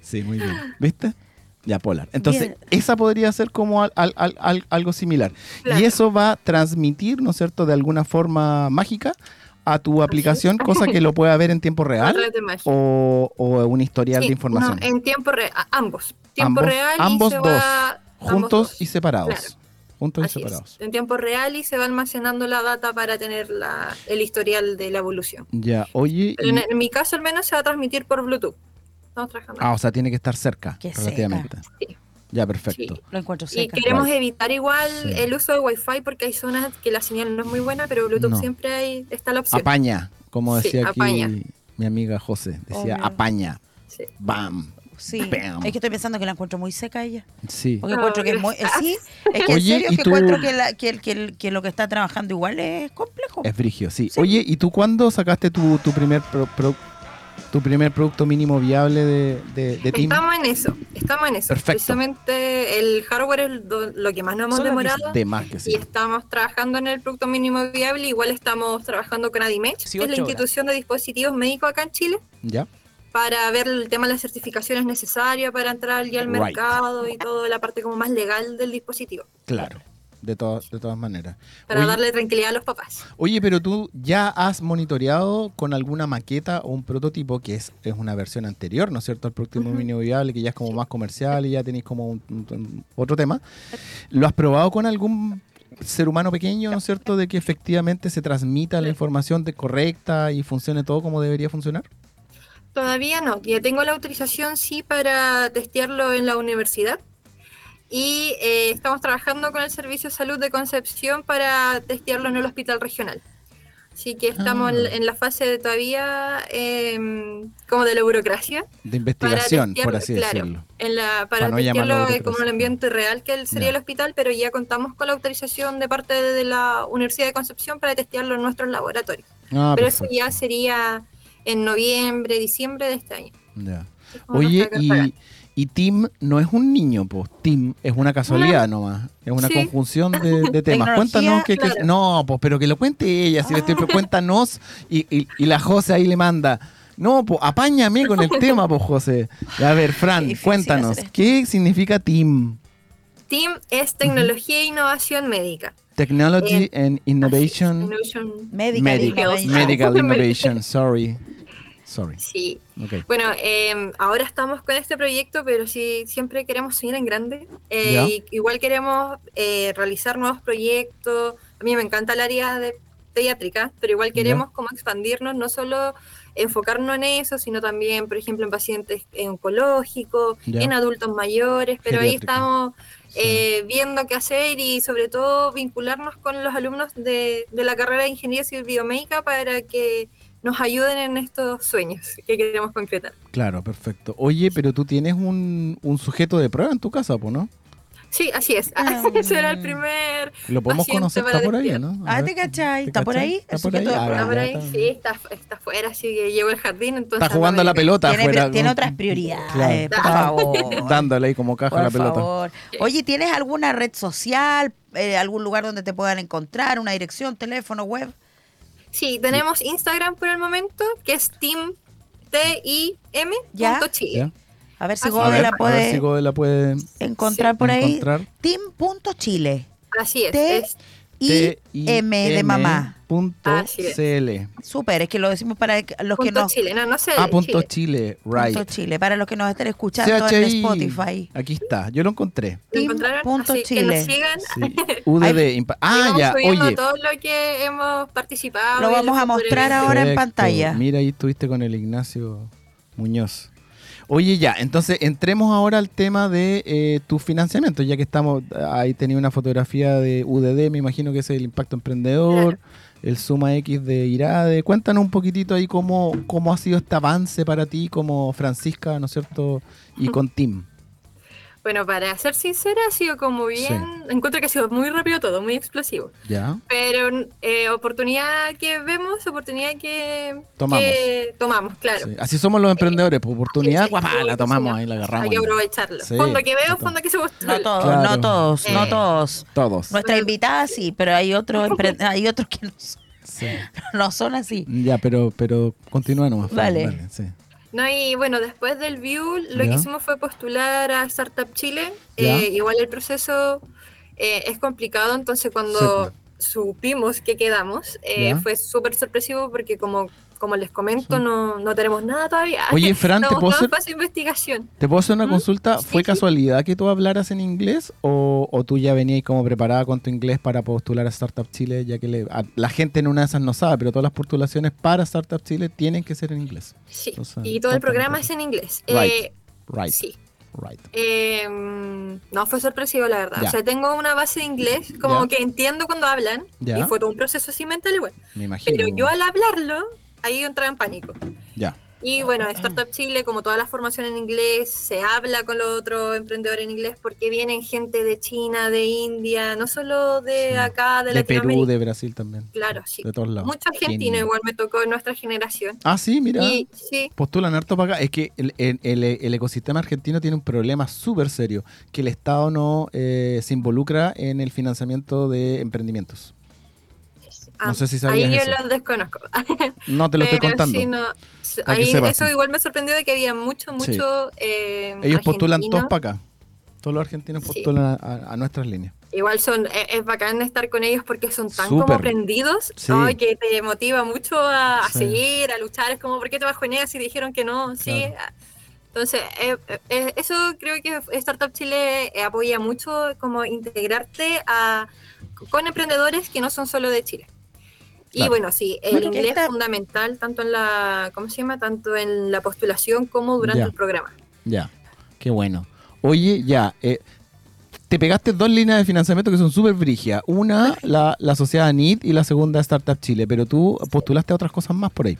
Speaker 1: Sí, muy bien. ¿Viste? Ya, Polar. Entonces,
Speaker 2: Bien.
Speaker 1: esa podría ser como al- al- al- al- algo similar.
Speaker 4: Claro.
Speaker 1: Y eso va a transmitir, ¿no es cierto?, de alguna forma mágica a tu aplicación, cosa que lo pueda ver en tiempo
Speaker 4: [LAUGHS]
Speaker 1: real
Speaker 4: Red de magia.
Speaker 1: o, o un historial
Speaker 4: Sí,
Speaker 1: de información.
Speaker 4: no, en tiempo real, ambos. Tiempo
Speaker 1: Ambos-
Speaker 4: real y
Speaker 1: ambos
Speaker 4: se
Speaker 1: dos,
Speaker 4: va- ambos
Speaker 1: Juntos
Speaker 4: dos.
Speaker 1: y separados.
Speaker 4: Claro.
Speaker 1: Juntos y
Speaker 4: Así es,
Speaker 1: separados.
Speaker 4: En tiempo real y se va almacenando la data para tener la, el historial de la evolución.
Speaker 1: Ya, oye.
Speaker 4: Pero en,
Speaker 1: y-
Speaker 4: en mi caso al menos se va a transmitir por Bluetooth. Estamos trabajando.
Speaker 1: Ah, o sea, tiene que estar cerca,
Speaker 2: Que
Speaker 1: relativamente.
Speaker 4: Sí.
Speaker 1: Ya, perfecto.
Speaker 2: Lo encuentro
Speaker 4: y
Speaker 2: cerca.
Speaker 4: queremos
Speaker 1: Vale.
Speaker 4: evitar igual
Speaker 1: Sí.
Speaker 4: el uso de Wi-Fi porque hay zonas que la señal no es muy buena, pero Bluetooth
Speaker 1: No. Ah,
Speaker 4: siempre hay, está la opción.
Speaker 1: Apaña, como
Speaker 4: Sí,
Speaker 1: decía aquí
Speaker 4: apaña.
Speaker 1: mi amiga José. Decía,
Speaker 2: Obvio.
Speaker 1: apaña,
Speaker 4: Sí.
Speaker 1: bam.
Speaker 2: Sí,
Speaker 1: Bam.
Speaker 2: es que estoy pensando que la encuentro muy seca ella.
Speaker 1: Sí.
Speaker 2: Porque
Speaker 4: No,
Speaker 2: encuentro que es muy. eh,
Speaker 4: gracias.
Speaker 2: Sí, es que en
Speaker 1: Oye,
Speaker 2: serio
Speaker 1: ¿y
Speaker 2: que
Speaker 1: tú-
Speaker 2: encuentro que, la- que, el- que el- que lo que está trabajando igual es complejo.
Speaker 1: Es brigio, sí. Oye, ¿y tú cuándo sacaste tu, tu primer pro- pro- tu primer producto mínimo viable de, de, de Team?
Speaker 4: Estamos en eso, estamos en eso.
Speaker 1: Perfecto.
Speaker 4: Precisamente el hardware es do- lo que más nos hemos demorado.
Speaker 1: De más que sí.
Speaker 4: Y estamos trabajando en el producto mínimo viable, igual estamos trabajando con Adimex, que es
Speaker 5: 18
Speaker 4: la
Speaker 5: horas.
Speaker 4: institución de dispositivos médicos acá en Chile,
Speaker 1: ¿Ya?
Speaker 4: para ver el tema de las certificaciones necesarias para entrar ya al
Speaker 1: Right.
Speaker 4: mercado y toda la parte como más legal del dispositivo,
Speaker 1: Claro. De, todas de todas maneras.
Speaker 4: para
Speaker 1: Oye,
Speaker 4: darle tranquilidad a los papás.
Speaker 1: oye, pero tú ya has monitoreado con alguna maqueta o un prototipo que es, es una versión anterior, ¿no es cierto? Al producto
Speaker 4: Ujú.
Speaker 1: mínimo viable, que ya es como más comercial y ya tenéis como un- un- un- otro tema. ¿Lo has probado con algún ser humano pequeño, ¿no es cierto? De que efectivamente se transmita la información de correcta y funcione todo como debería funcionar.
Speaker 4: Todavía no, ya tengo la autorización sí para testearlo en la universidad. Y eh, estamos trabajando con el Servicio de Salud de Concepción para testearlo en el hospital regional. Así que estamos en-
Speaker 1: Ah.
Speaker 4: en la fase de todavía em, como de la burocracia.
Speaker 1: De
Speaker 4: para
Speaker 1: investigación,
Speaker 4: testearlo,
Speaker 1: por así
Speaker 4: claro,
Speaker 1: decirlo.
Speaker 4: En la, para
Speaker 1: Para no llamarlo
Speaker 4: testearlo eh,
Speaker 1: burocracia.
Speaker 4: como el ambiente real que el- sería
Speaker 1: Ya.
Speaker 4: el hospital, pero ya contamos con la autorización de parte de la Universidad de Concepción para testearlo en nuestros laboratorios.
Speaker 1: Ah,
Speaker 4: pero eso
Speaker 1: perfecto.
Speaker 4: ya sería en noviembre, diciembre de este año.
Speaker 1: Ya.
Speaker 4: Es como
Speaker 1: Oye,
Speaker 4: nuestra carta.
Speaker 1: y, y Tim no es un niño, pues. Tim es una casualidad nomás. Es una
Speaker 4: Sí.
Speaker 1: conjunción
Speaker 2: [LAUGHS]
Speaker 1: de, de temas.
Speaker 2: Tecnología, Ah.
Speaker 1: Cuéntanos que, que- No, pues, pero que lo cuente ella. Si le estoy, pero cuéntanos. Y, y- y la José ahí le manda. No, pues, apáñame
Speaker 2: [LAUGHS]
Speaker 1: con el tema, pues, José. A ver,
Speaker 2: Qué
Speaker 1: Fran,
Speaker 2: difícil
Speaker 1: cuéntanos.
Speaker 2: hacer esto.
Speaker 1: ¿Qué significa Tim?
Speaker 4: TIM es tecnología e innovación médica.
Speaker 2: Eh,
Speaker 1: Technology and
Speaker 4: Así,
Speaker 1: Innovation.
Speaker 4: innovation-
Speaker 2: Médica,
Speaker 1: Medical.
Speaker 2: diga,
Speaker 1: Medical
Speaker 4: Medical.
Speaker 2: [LAUGHS]
Speaker 1: Innovation, sorry. Sorry.
Speaker 4: Sí.
Speaker 1: Ok.
Speaker 4: Bueno, eh, ahora estamos con este proyecto, pero sí, siempre queremos soñar en grande. Eh,
Speaker 1: Ya.
Speaker 4: y igual queremos eh, realizar nuevos proyectos. A mí me encanta el área de pediátrica, pero igual queremos como expandirnos, no solo enfocarnos en eso, sino también, por ejemplo, en pacientes eh, oncológicos,
Speaker 1: Ya.
Speaker 4: en adultos mayores, pero ahí
Speaker 1: Geriátrica.
Speaker 4: estamos
Speaker 1: Sí.
Speaker 4: eh, viendo qué hacer y sobre todo vincularnos con los alumnos de, de la carrera de Ingeniería Civil Biomédica para que nos ayuden en estos sueños que queremos concretar.
Speaker 1: Claro, perfecto. Oye, pero tú tienes un, un sujeto de prueba en tu casa, pues, ¿no?
Speaker 4: Sí, así es.
Speaker 2: Ah.
Speaker 4: [LAUGHS] Ese era el primer.
Speaker 1: Lo podemos
Speaker 4: Paciente
Speaker 1: conocer,
Speaker 4: para
Speaker 1: está por ahí,
Speaker 4: despierto.
Speaker 1: ¿no? A
Speaker 2: Ah,
Speaker 1: ver.
Speaker 2: te cachai.
Speaker 1: ¿Te
Speaker 2: Está por
Speaker 1: cachai?
Speaker 2: ahí.
Speaker 1: Está
Speaker 2: el
Speaker 1: por
Speaker 2: sujeto
Speaker 1: ahí.
Speaker 2: de
Speaker 1: Ah,
Speaker 2: prueba.
Speaker 1: ya.
Speaker 4: Ahora ahí
Speaker 1: está.
Speaker 2: pues,
Speaker 4: sí está, está afuera, así que llegó el jardín. Entonces
Speaker 1: Está jugando a la
Speaker 4: andamos
Speaker 1: pelota
Speaker 2: Tiene,
Speaker 1: afuera.
Speaker 2: pri- tiene
Speaker 1: con-
Speaker 2: otras prioridades, Eh,
Speaker 1: Claro.
Speaker 2: por favor.
Speaker 1: [LAUGHS] Dándole ahí como caja a la
Speaker 2: Por
Speaker 1: pelota.
Speaker 2: favor. Oye, ¿tienes alguna red social, eh, algún lugar donde te puedan encontrar, una dirección, teléfono, web?
Speaker 4: Sí, tenemos Instagram por el momento, que es Team T I M
Speaker 2: Ya.
Speaker 4: punto Chile.
Speaker 1: ¿Ya?
Speaker 2: A ver si
Speaker 4: A
Speaker 1: A
Speaker 2: Gobe
Speaker 1: ver,
Speaker 2: la
Speaker 1: a ver
Speaker 2: puede
Speaker 1: si Gobe la puede
Speaker 2: encontrar por ahí.
Speaker 1: encontrar.
Speaker 2: Team.chile.
Speaker 4: Así es.
Speaker 2: T-
Speaker 4: es-
Speaker 2: Y M de mamá.
Speaker 1: E Punto
Speaker 2: Ah,
Speaker 4: Así es.
Speaker 1: CL.
Speaker 2: Súper, es que lo decimos para que- los que
Speaker 4: punto
Speaker 2: nos...
Speaker 4: Chile. No, no sé.
Speaker 1: Ah, punto Chile,
Speaker 4: Chile.
Speaker 1: right.
Speaker 2: punto Chile, para los que nos estén escuchando en
Speaker 1: CHI.
Speaker 2: Spotify.
Speaker 1: Aquí está, yo lo encontré.
Speaker 4: ¿Lo
Speaker 2: Team
Speaker 4: encontraron?
Speaker 2: punto
Speaker 4: Así que
Speaker 2: Chile.
Speaker 4: nos sigan.
Speaker 2: [LAUGHS]
Speaker 1: Sí. UDD. impa- Ah,
Speaker 4: Sigamos
Speaker 1: ya,
Speaker 4: subiendo
Speaker 1: oye.
Speaker 4: todo lo que hemos participado.
Speaker 2: Lo
Speaker 4: y
Speaker 2: vamos
Speaker 4: los
Speaker 2: a mostrar
Speaker 4: futuros
Speaker 2: ahora en
Speaker 1: Perfecto.
Speaker 2: pantalla.
Speaker 1: Mira, ahí estuviste con el Ignacio Muñoz. Oye, ya, entonces entremos ahora al tema de eh, tu financiamiento, ya que estamos, ahí tenía una fotografía de UDD, me imagino que ese es el Impacto Emprendedor, el Suma X de IRADE. Cuéntanos un poquitito ahí cómo, cómo ha sido este avance para ti como Francisca, ¿no es cierto? Y con Tim.
Speaker 4: Bueno, para ser sincera, ha sido como bien. Encuentro que ha sido muy rápido todo, muy explosivo.
Speaker 1: Ya.
Speaker 4: Pero eh, oportunidad que vemos, oportunidad que
Speaker 1: Tomamos.
Speaker 4: que tomamos, claro.
Speaker 1: Sí. Así somos los emprendedores, por oportunidad,
Speaker 4: Eh, Sí,
Speaker 1: guapa,
Speaker 4: sí,
Speaker 1: la tomamos ahí, la agarramos.
Speaker 4: Hay que aprovecharlo.
Speaker 1: Sí,
Speaker 4: fondo que veo,
Speaker 1: total.
Speaker 4: fondo que se postula.
Speaker 2: No todos,
Speaker 1: Claro.
Speaker 2: no todos, no
Speaker 4: Eh.
Speaker 2: todos.
Speaker 1: Todos.
Speaker 2: Nuestra invitada sí, pero hay [LAUGHS] otros empre- hay otros que no son, [LAUGHS]
Speaker 1: Sí.
Speaker 2: no son así.
Speaker 1: Ya, pero, pero continúa nomás. Fran,
Speaker 2: Vale.
Speaker 1: sí.
Speaker 4: No, y bueno, después del View, lo
Speaker 1: Ya.
Speaker 4: que hicimos fue postular a Startup Chile.
Speaker 1: Ya.
Speaker 4: Eh, igual el proceso eh, es complicado, entonces cuando supimos que quedamos, eh,
Speaker 1: pues. Ya.
Speaker 4: fue súper sorpresivo porque como, como les comento, no, no tenemos nada todavía. [LAUGHS]
Speaker 1: Oye, Fran, ¿te
Speaker 4: Estamos
Speaker 1: puedo
Speaker 4: todos
Speaker 1: hacer-
Speaker 4: en fase de investigación.
Speaker 1: ¿Te puedo hacer una consulta?
Speaker 4: ¿Mm? Sí,
Speaker 1: ¿Fue
Speaker 4: sí.
Speaker 1: casualidad que tú hablaras en inglés o, o tú ya venías como preparada con tu inglés para postular a Startup Chile? Ya que le- a- la gente en una de esas no sabe, pero todas las postulaciones para Startup Chile tienen que ser en inglés.
Speaker 4: Sí,
Speaker 1: O sea,
Speaker 4: y todo
Speaker 1: cuéntame,
Speaker 4: el programa
Speaker 1: por
Speaker 4: es en inglés.
Speaker 1: Right.
Speaker 4: Eh,
Speaker 1: Right,
Speaker 4: Sí.
Speaker 1: right.
Speaker 4: Eh, no, fue sorpresivo, la verdad.
Speaker 1: Ya.
Speaker 4: O sea, tengo una base de inglés, como
Speaker 1: Ya.
Speaker 4: que entiendo cuando hablan,
Speaker 1: Ya.
Speaker 4: y fue todo un proceso así mental igual.
Speaker 1: Me imagino.
Speaker 4: Pero yo al hablarlo, ahí yo entraba en pánico.
Speaker 1: Ya.
Speaker 4: Y
Speaker 1: Ah.
Speaker 4: bueno, Startup Chile, como toda la formación en inglés, se habla con los otros emprendedores en inglés porque vienen gente de China, de India, no solo de
Speaker 1: Sí.
Speaker 4: acá, de,
Speaker 1: De
Speaker 4: Latinoamérica.
Speaker 1: Perú, de Brasil también.
Speaker 4: Claro, sí.
Speaker 1: De todos lados.
Speaker 4: Mucho argentino
Speaker 1: Genial.
Speaker 4: igual me tocó en nuestra generación.
Speaker 1: Ah, sí, mira.
Speaker 4: Y sí,
Speaker 1: Postulan harto para acá. Es que el, el- el- el ecosistema argentino tiene un problema súper serio, que el Estado no eh, se involucra en el financiamiento de emprendimientos.
Speaker 4: ah,
Speaker 1: No sé si
Speaker 4: ahí
Speaker 1: sabías
Speaker 4: yo
Speaker 1: eso.
Speaker 4: los desconozco.
Speaker 1: No te lo estoy
Speaker 4: Pero
Speaker 1: contando.
Speaker 4: sí, no,
Speaker 1: que
Speaker 4: ahí
Speaker 1: sepas.
Speaker 4: eso igual me sorprendió de que había mucho,
Speaker 1: Sí.
Speaker 4: mucho. eh,
Speaker 1: Ellos postulan todos
Speaker 4: argentino.
Speaker 1: para acá. Todos los argentinos
Speaker 4: Sí.
Speaker 1: postulan a, a- a nuestras líneas.
Speaker 4: Igual son, e, es, es bacán estar con ellos porque son tan
Speaker 1: Súper.
Speaker 4: como prendidos,
Speaker 1: Sí.
Speaker 4: ay, que te motiva mucho a, a
Speaker 1: Sí.
Speaker 4: seguir, a luchar. Es como, ¿por qué te bajoneas si dijeron que no? Sí. Entonces, eh, eh, eso creo que Startup Chile eh, apoya mucho como integrarte a, con emprendedores que no son solo de Chile. Y
Speaker 1: Claro.
Speaker 4: bueno, sí, el
Speaker 2: Bueno, que
Speaker 4: inglés
Speaker 2: esta-
Speaker 4: es fundamental tanto en la, ¿cómo se llama? Tanto en la postulación como durante
Speaker 1: Ya.
Speaker 4: el programa.
Speaker 1: Ya, qué bueno. Oye, ya, eh, te pegaste dos líneas de financiamiento que son súper brigias. Una, la, la sociedad NIT y la segunda, Startup Chile. Pero tú postulaste a otras cosas más por ahí.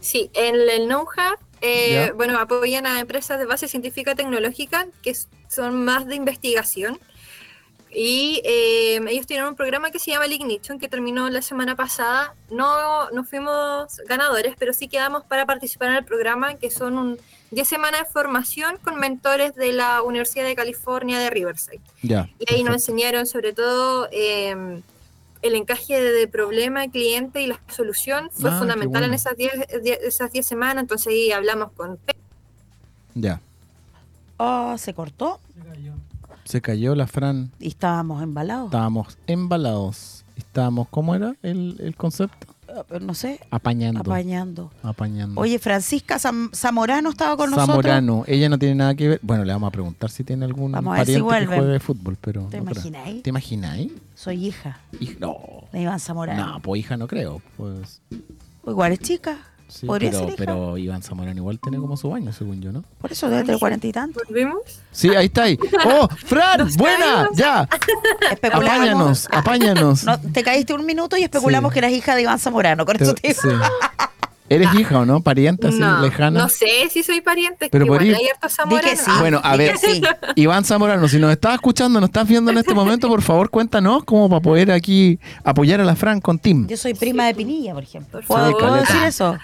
Speaker 4: Sí, en el know-how, eh,
Speaker 1: Ya.
Speaker 4: bueno, apoyan a empresas de base científica tecnológica que s- son más de investigación. Y eh, ellos tienen un programa que se llama Ignition, que terminó la semana pasada. No, no fuimos ganadores, pero sí quedamos para participar en el programa, que son un 10 semanas de formación con mentores de la Universidad de California de Riverside.
Speaker 1: Ya.
Speaker 4: Y ahí
Speaker 1: perfecto.
Speaker 4: nos enseñaron sobre todo eh, el encaje de problema, cliente y la solución. Fue
Speaker 1: Ah, qué
Speaker 4: fundamental en
Speaker 1: bueno.
Speaker 4: esas 10 die- esas 10 semanas. Entonces ahí hablamos con Pe-
Speaker 1: Ya.
Speaker 2: Oh, se cortó
Speaker 1: Se cayó la Fran.
Speaker 2: y estábamos embalados.
Speaker 1: Estábamos embalados. Estábamos, ¿cómo era el, el concepto?
Speaker 2: Eh, No sé,
Speaker 1: Apañando.
Speaker 2: apañando.
Speaker 1: apañando.
Speaker 2: Oye, Francisca Zam- Zamorano estaba con nosotros.
Speaker 1: Mm. Zamorano, ella no tiene nada que ver. Bueno, le vamos a preguntar si tiene algún
Speaker 2: Vamos a ver si
Speaker 1: pariente que
Speaker 2: vuelven.
Speaker 1: juegue fútbol, pero.
Speaker 2: ¿Te
Speaker 1: no creo.
Speaker 2: imagináis?
Speaker 1: ¿Te imagináis?
Speaker 2: Soy hija
Speaker 1: Hij- No.
Speaker 2: de Iván Zamorano.
Speaker 1: No, pues hija no creo. Pues,
Speaker 2: Igual es chica.
Speaker 1: sí,
Speaker 2: Podría
Speaker 1: pero,
Speaker 2: ser hija.
Speaker 1: pero Iván Zamorano igual tiene como su baño, según yo, ¿no?
Speaker 2: Por eso debe tener cuarenta y [LAUGHS] tantos.
Speaker 4: volvimos.
Speaker 1: Sí, ahí está
Speaker 2: [LAUGHS]
Speaker 1: ahí. ¡Oh, Fran!
Speaker 4: Nos
Speaker 1: ¡Buena!
Speaker 4: caímos.
Speaker 1: ¡Ya!
Speaker 2: Especulamos.
Speaker 1: ¡Apáñanos!
Speaker 2: [LAUGHS]
Speaker 1: ¡Apáñanos!
Speaker 2: No, te caíste un minuto y especulamos
Speaker 1: Sí.
Speaker 2: que eras hija de Iván Zamorano. Con
Speaker 1: Te-
Speaker 2: eso te digo.
Speaker 1: sí. ¿Eres hija o no? ¿Pariente así
Speaker 4: No,
Speaker 1: lejana?
Speaker 4: no sé si soy pariente, es
Speaker 1: Pero
Speaker 4: que
Speaker 1: por
Speaker 4: igual
Speaker 1: ir-
Speaker 4: hay hartos
Speaker 2: Di que
Speaker 4: zamoranos.
Speaker 2: sí.
Speaker 4: Ah,
Speaker 1: Bueno, a
Speaker 2: di
Speaker 1: ver.
Speaker 2: que sí.
Speaker 1: Iván Zamorano, si nos estás escuchando, nos estás viendo en este momento, por favor, cuéntanos cómo para poder aquí apoyar a la Fran con Tim.
Speaker 2: Yo soy prima de Pinilla, por ejemplo.
Speaker 4: Por
Speaker 2: ¿Puedo,
Speaker 1: favor.
Speaker 2: puedo
Speaker 1: Sí,
Speaker 2: decir
Speaker 1: caleta.
Speaker 2: eso?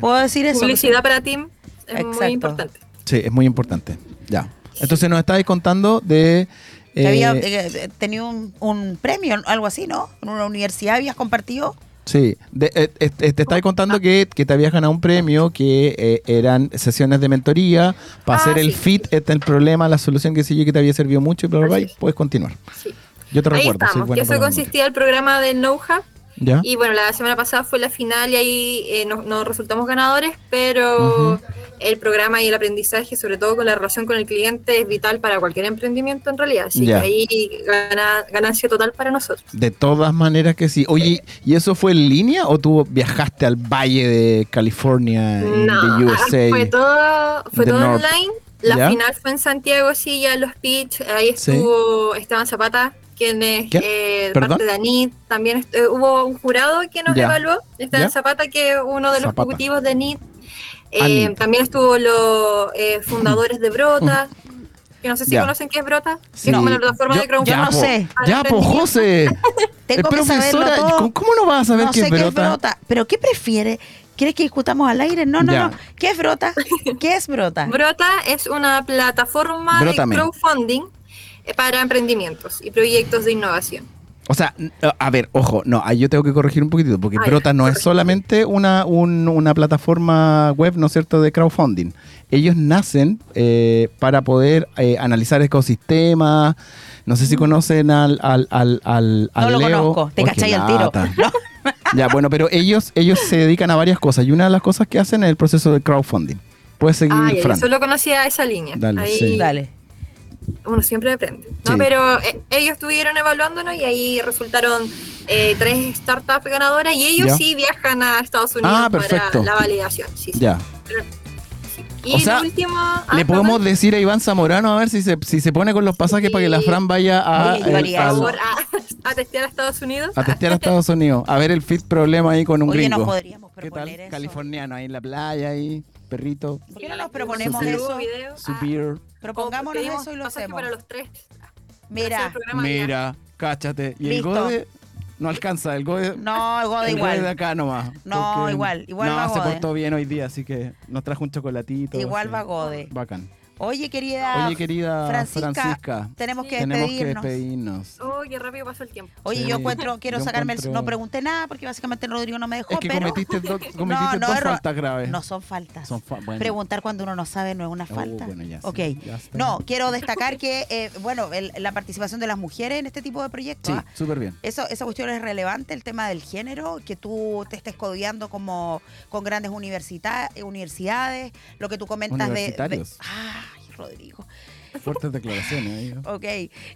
Speaker 2: ¿Puedo decir eso? pues,
Speaker 4: publicidad para Tim es
Speaker 2: Exacto.
Speaker 4: muy importante.
Speaker 1: Sí, es muy importante. Ya. Entonces nos estabas contando de.
Speaker 2: Que había
Speaker 1: eh,
Speaker 2: eh, eh, tenido un, un premio, algo así, ¿no? En una universidad habías compartido.
Speaker 1: Sí, de- eh, eh, te estabas contando que, que te habías ganado un premio, que eh, eran sesiones de mentoría para
Speaker 4: Ah,
Speaker 1: hacer el
Speaker 4: sí.
Speaker 1: fit, este el problema, la solución que sé yo que te había servido mucho y bla, bla, bla,
Speaker 4: Así
Speaker 1: y
Speaker 4: es.
Speaker 1: puedes continuar.
Speaker 4: Sí.
Speaker 1: Yo te
Speaker 4: Ah,
Speaker 1: recuerdo.
Speaker 4: Ahí
Speaker 1: soy
Speaker 4: estamos,
Speaker 1: bueno
Speaker 4: que
Speaker 1: para
Speaker 4: eso
Speaker 1: la memoria.
Speaker 4: consistía el programa del know-how.
Speaker 1: ¿Ya?
Speaker 4: Y bueno, la semana pasada fue la final y ahí eh, no, no resultamos ganadores, pero
Speaker 1: Ujú.
Speaker 4: el programa y el aprendizaje, sobre todo con la relación con el cliente, es vital para cualquier emprendimiento en realidad. Así
Speaker 1: Ya.
Speaker 4: que ahí gana- ganancia total para nosotros.
Speaker 1: De todas maneras que sí. Oye, ¿y eso fue en línea o tú viajaste al Valle de California, en
Speaker 4: No,
Speaker 1: the
Speaker 4: ah,
Speaker 1: USA?
Speaker 4: fue todo, fue
Speaker 1: The
Speaker 4: todo
Speaker 1: North.
Speaker 4: online. La
Speaker 1: Ya.
Speaker 4: final fue en Santiago, sí, ya en los pitch. Ahí
Speaker 1: Sí.
Speaker 4: estuvo Esteban Zapata, quien es
Speaker 1: ¿Quién?
Speaker 4: eh,
Speaker 1: ¿Perdón?
Speaker 4: parte de ANIT. También est- eh, hubo un jurado que nos
Speaker 1: Ya.
Speaker 4: evaluó. Esteban
Speaker 1: Ya.
Speaker 4: Zapata, que es uno de los
Speaker 1: Zapata.
Speaker 4: ejecutivos de ANIT. Eh,
Speaker 1: ANIT.
Speaker 4: también estuvo los eh, fundadores de Brota. que no sé si
Speaker 1: Mm. Ya.
Speaker 4: conocen qué es Brota,
Speaker 1: Sí.
Speaker 4: que es como la plataforma
Speaker 1: Yo-
Speaker 4: de crowdfunding.
Speaker 2: yo no
Speaker 1: po.
Speaker 2: sé.
Speaker 1: Ya, pues, José.
Speaker 2: Tengo
Speaker 1: Eh,
Speaker 2: que saberlo
Speaker 1: profesora,
Speaker 2: todo.
Speaker 1: ¿cómo- ¿Cómo no vas a saber
Speaker 2: no
Speaker 1: qué
Speaker 2: sé
Speaker 1: es
Speaker 2: qué es
Speaker 1: pelota?
Speaker 2: brota. ¿Pero qué prefiere? ¿Quieres que discutamos al aire? No, no,
Speaker 1: Ya.
Speaker 2: no. ¿Qué es
Speaker 4: [LAUGHS]
Speaker 2: brota? ¿Qué es brota?
Speaker 4: Brota es una plataforma
Speaker 1: Brótame.
Speaker 4: de crowdfunding eh, para emprendimientos y proyectos de innovación.
Speaker 1: O sea, n- eh, a ver, ojo, no, ahí yo tengo que corregir un poquitito, porque
Speaker 4: Ah, ya,
Speaker 1: Brota no es
Speaker 4: corrige.
Speaker 1: solamente una, un- una plataforma web, ¿no es cierto?, de crowdfunding. Ellos nacen eh, para poder eh, analizar ecosistemas. No sé si conocen al, al, al,
Speaker 2: Mm.
Speaker 1: al,
Speaker 2: no
Speaker 1: al
Speaker 2: lo
Speaker 1: Leo.
Speaker 2: conozco. Te
Speaker 1: Oh, qué
Speaker 2: cachai al tiro.
Speaker 1: lata.
Speaker 2: [LAUGHS] No.
Speaker 1: Ya, bueno, pero ellos, ellos se dedican a varias cosas y una de las cosas que hacen es el proceso de crowdfunding. Puedes seguir,
Speaker 4: Ah, ya, yo
Speaker 1: Fran.
Speaker 4: solo conocía esa línea.
Speaker 1: Dale,
Speaker 4: Ahí
Speaker 1: sí.
Speaker 2: Dale.
Speaker 4: uno siempre aprende. ¿no?
Speaker 1: Sí.
Speaker 4: Pero eh, ellos estuvieron evaluándonos y ahí resultaron eh, tres startups ganadoras y ellos
Speaker 1: Ya.
Speaker 4: sí viajan a Estados Unidos
Speaker 1: Ah, perfecto.
Speaker 4: para la validación. sí, sí.
Speaker 1: Ya.
Speaker 4: Y
Speaker 1: O
Speaker 4: el
Speaker 1: sea,
Speaker 4: último... ah,
Speaker 1: Le
Speaker 4: perdón.
Speaker 1: podemos decir a Iván Zamorano a ver si se, si se pone con los pasajes para que la Fran vaya a,
Speaker 2: Oye, yo haría
Speaker 1: eh, al-
Speaker 2: eso.
Speaker 4: Por- ah, [LAUGHS] a, a testear a Estados Unidos.
Speaker 1: a testear a Estados Unidos, a ver el fit problema ahí con un
Speaker 2: Oye, nos
Speaker 1: gringo.
Speaker 2: podríamos
Speaker 1: ¿Qué
Speaker 2: proponer
Speaker 1: tal?
Speaker 2: eso.
Speaker 1: Californiano ahí en la playa, ahí, perrito,
Speaker 2: ¿Por qué no nos proponemos
Speaker 1: Su-
Speaker 2: eso?
Speaker 4: video.
Speaker 1: su
Speaker 4: Ah,
Speaker 1: beer.
Speaker 2: Propongámonos
Speaker 4: pedimos
Speaker 2: eso y lo
Speaker 4: pasaje
Speaker 2: hacemos.
Speaker 4: para los tres. Hacer el
Speaker 2: Mira,
Speaker 4: programa ya.
Speaker 1: Mira, cáchate. Y
Speaker 2: Listo.
Speaker 1: el gode no alcanza, el gode.
Speaker 2: no, el Goda
Speaker 1: el Gode de
Speaker 2: igual.
Speaker 1: acá nomás.
Speaker 2: No, igual, igual
Speaker 1: no,
Speaker 2: va
Speaker 1: se
Speaker 2: Gode.
Speaker 1: portó bien hoy día, así que nos trajo un chocolatito.
Speaker 2: Igual
Speaker 1: así.
Speaker 2: va Gode.
Speaker 1: Bacán.
Speaker 2: Oye, querida,
Speaker 1: Oye, querida
Speaker 2: Francisca,
Speaker 1: Francisca,
Speaker 2: tenemos que
Speaker 1: tenemos que
Speaker 2: despedirnos.
Speaker 1: despedirnos.
Speaker 4: Oh, qué rápido pasó el tiempo.
Speaker 2: Oye,
Speaker 1: Sí,
Speaker 2: yo encuentro, quiero
Speaker 1: yo
Speaker 2: sacarme el...
Speaker 1: encuentro-
Speaker 2: No pregunté nada porque básicamente Rodrigo no me dejó,
Speaker 1: Es que
Speaker 2: pero [LAUGHS]
Speaker 1: cometiste, do- cometiste
Speaker 2: no,
Speaker 1: dos
Speaker 2: error.
Speaker 1: faltas graves.
Speaker 2: no son faltas.
Speaker 1: Son fa- bueno.
Speaker 2: Preguntar cuando uno no sabe no es una
Speaker 1: Oh,
Speaker 2: falta.
Speaker 1: bueno, ya sí,
Speaker 2: ok.
Speaker 1: ya está.
Speaker 2: no, quiero destacar que, eh, bueno, el- la participación de las mujeres en este tipo de proyectos.
Speaker 1: Sí,
Speaker 2: ¿ah?
Speaker 1: súper bien.
Speaker 2: Eso, esa cuestión es relevante, el tema del género, que tú te estés codeando como con grandes universita- eh, universidades, lo que tú comentas de- de,
Speaker 1: Universitarios.
Speaker 2: Ay, Rodrigo.
Speaker 1: Fuertes declaraciones. ahí.
Speaker 2: Ok.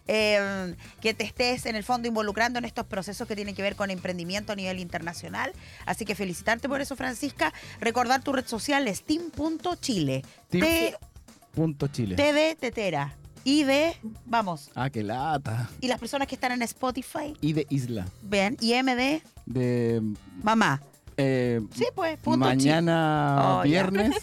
Speaker 2: Eh, que te estés en el fondo involucrando en estos procesos que tienen que ver con emprendimiento a nivel internacional. Así que felicitarte por eso, Francisca. Recordar tu red social es team.chile.
Speaker 1: Team-
Speaker 2: T,
Speaker 1: Punto Chile.
Speaker 2: T de tetera. Y de, vamos.
Speaker 1: Ah, qué lata.
Speaker 2: Y las personas que están en Spotify,
Speaker 1: Y de Isla.
Speaker 2: ven, y M de
Speaker 1: De
Speaker 2: mamá.
Speaker 1: eh,
Speaker 2: Sí, pues, punto chile.
Speaker 1: mañana
Speaker 2: Oh, ya.
Speaker 4: [LAUGHS]
Speaker 1: viernes.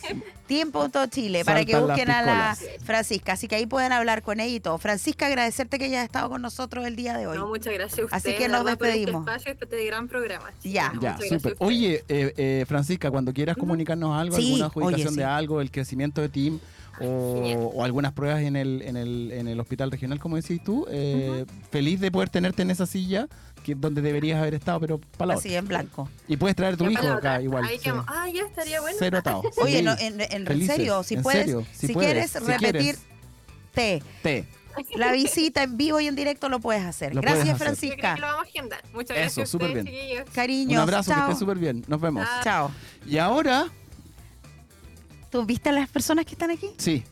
Speaker 2: Team.chile para que
Speaker 1: Saltan las
Speaker 2: busquen a la Francisca. Así que ahí pueden hablar con ella y todo. Francisca, agradecerte que hayas estado con nosotros el día de hoy.
Speaker 4: No, muchas gracias a ustedes.
Speaker 2: Así que
Speaker 4: de
Speaker 2: nos
Speaker 4: verdad, por este
Speaker 2: despedimos.
Speaker 4: espacio, este gran programa.
Speaker 2: Ya.
Speaker 1: ya,
Speaker 4: muchas gracias a
Speaker 1: súper.
Speaker 4: ustedes.
Speaker 1: Oye, eh, eh, Francisca, cuando quieras comunicarnos algo,
Speaker 2: Sí, oye,
Speaker 1: alguna adjudicación
Speaker 2: sí.
Speaker 1: de algo, el crecimiento de team
Speaker 4: Genial.
Speaker 1: o, o algunas pruebas en el, en, el, en el hospital regional, como decís tú, eh, feliz de poder tenerte en esa silla que, donde deberías haber estado, pero para la
Speaker 2: Así
Speaker 1: otra.
Speaker 2: en blanco.
Speaker 1: Y puedes traer a tu
Speaker 4: Ya
Speaker 1: hijo
Speaker 4: para la otra.
Speaker 1: acá igual.
Speaker 4: Ahí
Speaker 1: sí.
Speaker 4: quedamos. Ah, ya estaría bueno.
Speaker 1: Cero atado.
Speaker 2: Oye,
Speaker 1: sí.
Speaker 2: no, en, en- en
Speaker 1: Felices,
Speaker 2: serio, si
Speaker 1: en
Speaker 2: puedes,
Speaker 1: serio,
Speaker 2: si,
Speaker 1: si puedes,
Speaker 2: quieres
Speaker 1: si quieres.
Speaker 2: repetirte
Speaker 1: Té.
Speaker 2: la visita en vivo y en directo, lo puedes hacer.
Speaker 1: Lo
Speaker 2: Gracias,
Speaker 1: puedes hacer.
Speaker 4: Yo creo
Speaker 2: Francisca.
Speaker 4: que lo vamos a agendar. Muchas
Speaker 1: Eso,
Speaker 4: gracias. a
Speaker 1: súper
Speaker 4: ustedes,
Speaker 1: bien.
Speaker 4: chiquillos.
Speaker 1: Un
Speaker 2: Cariños.
Speaker 1: abrazo, que
Speaker 2: chao.
Speaker 1: estés súper bien. Nos vemos.
Speaker 4: Ah.
Speaker 2: Chao.
Speaker 1: Y ahora,
Speaker 2: ¿Tú viste a las personas que están aquí?
Speaker 1: sí.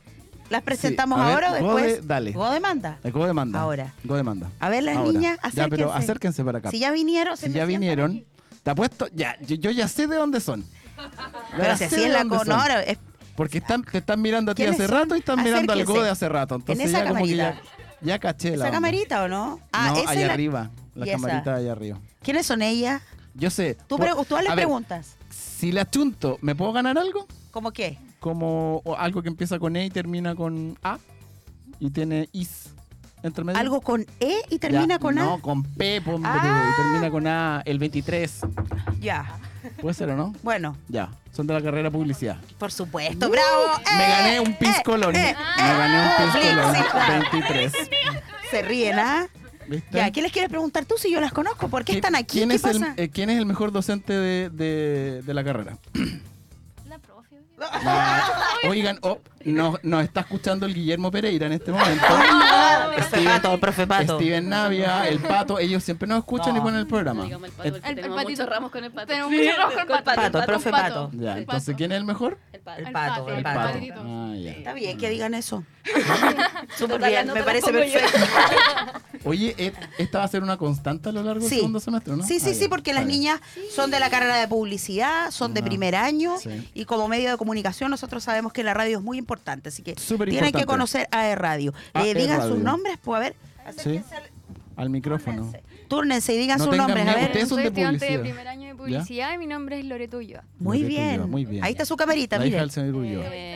Speaker 2: ¿Las presentamos
Speaker 1: a ver,
Speaker 2: ahora o
Speaker 1: Gode,
Speaker 2: después?
Speaker 1: dale.
Speaker 2: Gode manda.
Speaker 1: El Go demanda.
Speaker 2: Ahora.
Speaker 1: Go demanda.
Speaker 2: A ver, las
Speaker 1: Ahora.
Speaker 2: niñas,
Speaker 1: Ya, pero
Speaker 2: acérquense.
Speaker 1: acérquense para acá.
Speaker 2: Si ya vinieron, se
Speaker 1: Si
Speaker 2: me
Speaker 1: ya
Speaker 2: sientan
Speaker 1: vinieron,
Speaker 2: aquí.
Speaker 1: te apuesto, ya, yo, yo ya sé de dónde son. Ya
Speaker 2: Pero si
Speaker 1: sé
Speaker 2: así
Speaker 1: de
Speaker 2: es la
Speaker 1: dónde son.
Speaker 2: con ahora, es-
Speaker 1: Porque están, te están mirando a ti
Speaker 2: ¿Quiénes
Speaker 1: hace
Speaker 2: son?
Speaker 1: rato y están mirando al
Speaker 2: Acérquense.
Speaker 1: Go de hace rato. Entonces
Speaker 2: esa
Speaker 1: ya como que ya,
Speaker 2: camarita.
Speaker 1: ya caché la
Speaker 2: ¿Esa
Speaker 1: onda.
Speaker 2: camarita o no? Ah,
Speaker 1: no,
Speaker 2: esa
Speaker 1: allá
Speaker 2: es la-
Speaker 1: arriba. La
Speaker 2: y esa.
Speaker 1: camarita de allá arriba.
Speaker 2: ¿Quiénes son ellas?
Speaker 1: Yo sé.
Speaker 2: Tú,
Speaker 1: por-
Speaker 2: pregu- tú les
Speaker 1: a ver,
Speaker 2: preguntas.
Speaker 1: Si la chunto, ¿me puedo ganar algo?
Speaker 2: ¿Cómo qué?
Speaker 1: como o algo que empieza con E y termina con A y tiene is entre medio.
Speaker 2: Algo con E y termina
Speaker 1: Ya,
Speaker 2: con
Speaker 1: No, con P, hombre,
Speaker 2: Ah.
Speaker 1: y termina con A, el 23.
Speaker 2: A. Ya.
Speaker 1: ¿Puede ser o no?
Speaker 2: Bueno,
Speaker 1: Ya, son de la carrera publicidad.
Speaker 2: por supuesto. ¡Bravo!
Speaker 1: Uh, Me
Speaker 2: ¡Eh!
Speaker 1: gané un piscolón.
Speaker 2: eh,
Speaker 1: Me gané un piscolón.
Speaker 2: Sí, claro.
Speaker 1: 23.
Speaker 2: Se ríen, ¿ah?
Speaker 1: ¿Viste?
Speaker 2: Ya, ¿qué les quieres preguntar tú si yo las conozco? ¿Por qué están aquí?
Speaker 1: ¿Quién,
Speaker 2: ¿Qué
Speaker 1: es
Speaker 2: pasa?
Speaker 1: El, eh, ¿Quién es el mejor docente de, de- de la carrera? [CLEARS THROAT]
Speaker 5: La profe. obvio.
Speaker 1: No, oigan, oh, nos, nos está escuchando el Guillermo Pereira en este momento.
Speaker 2: profe
Speaker 1: Steven-
Speaker 2: Pato, profe Ah. Pato.
Speaker 1: Steven Navia, el pato, ellos siempre nos escuchan
Speaker 2: No.
Speaker 1: y ponen el programa.
Speaker 6: Digamos el pato, porque
Speaker 5: El- el
Speaker 6: tenemos
Speaker 5: patito.
Speaker 6: muchos ramos con el pato.
Speaker 5: Tenemos mucho rojo el pato.
Speaker 2: pato, profe pato.
Speaker 1: Ya,
Speaker 5: El
Speaker 1: entonces,
Speaker 5: pato.
Speaker 1: ¿quién es el mejor?
Speaker 6: El pato.
Speaker 2: El pato, el pato.
Speaker 5: patito.
Speaker 1: Ah, ya.
Speaker 2: Está bien que digan eso. Súper
Speaker 5: Total,
Speaker 2: bien,
Speaker 5: no
Speaker 2: me
Speaker 5: te
Speaker 2: parece
Speaker 5: las pongo yo.
Speaker 2: perfecto.
Speaker 1: Oye, et- esta va a ser una constante a lo largo
Speaker 2: Sí.
Speaker 1: del segundo semestre, ¿no?
Speaker 2: Sí,
Speaker 1: Ah,
Speaker 2: sí, sí,
Speaker 1: ya.
Speaker 2: porque
Speaker 1: Está
Speaker 2: las
Speaker 1: bien.
Speaker 2: niñas son de la carrera de publicidad, son de
Speaker 1: Ah,
Speaker 2: primer año
Speaker 1: sí.
Speaker 2: y como medio de comunicación nosotros sabemos que la radio es muy importante, así que
Speaker 1: Súper
Speaker 2: tienen que
Speaker 1: importante.
Speaker 2: conocer AE Radio.
Speaker 1: AE
Speaker 2: Eh, digan sus
Speaker 1: Radio.
Speaker 2: nombres, pues a ver,
Speaker 1: Sí, al micrófono.
Speaker 2: túrnense y digan
Speaker 1: No
Speaker 2: sus
Speaker 1: tengan
Speaker 2: nombres, a
Speaker 1: miedo,
Speaker 2: ver.
Speaker 1: ustedes son
Speaker 5: soy
Speaker 1: de
Speaker 5: estudiante de
Speaker 1: publicidad.
Speaker 5: primer año de publicidad y mi nombre es Loreto Ulloa.
Speaker 2: Muy
Speaker 1: Loreto Ulloa,
Speaker 2: bien.
Speaker 1: muy bien.
Speaker 2: Ahí está su camerita,
Speaker 1: La hija
Speaker 2: miren.
Speaker 1: del señor Ulloa.
Speaker 6: Eh,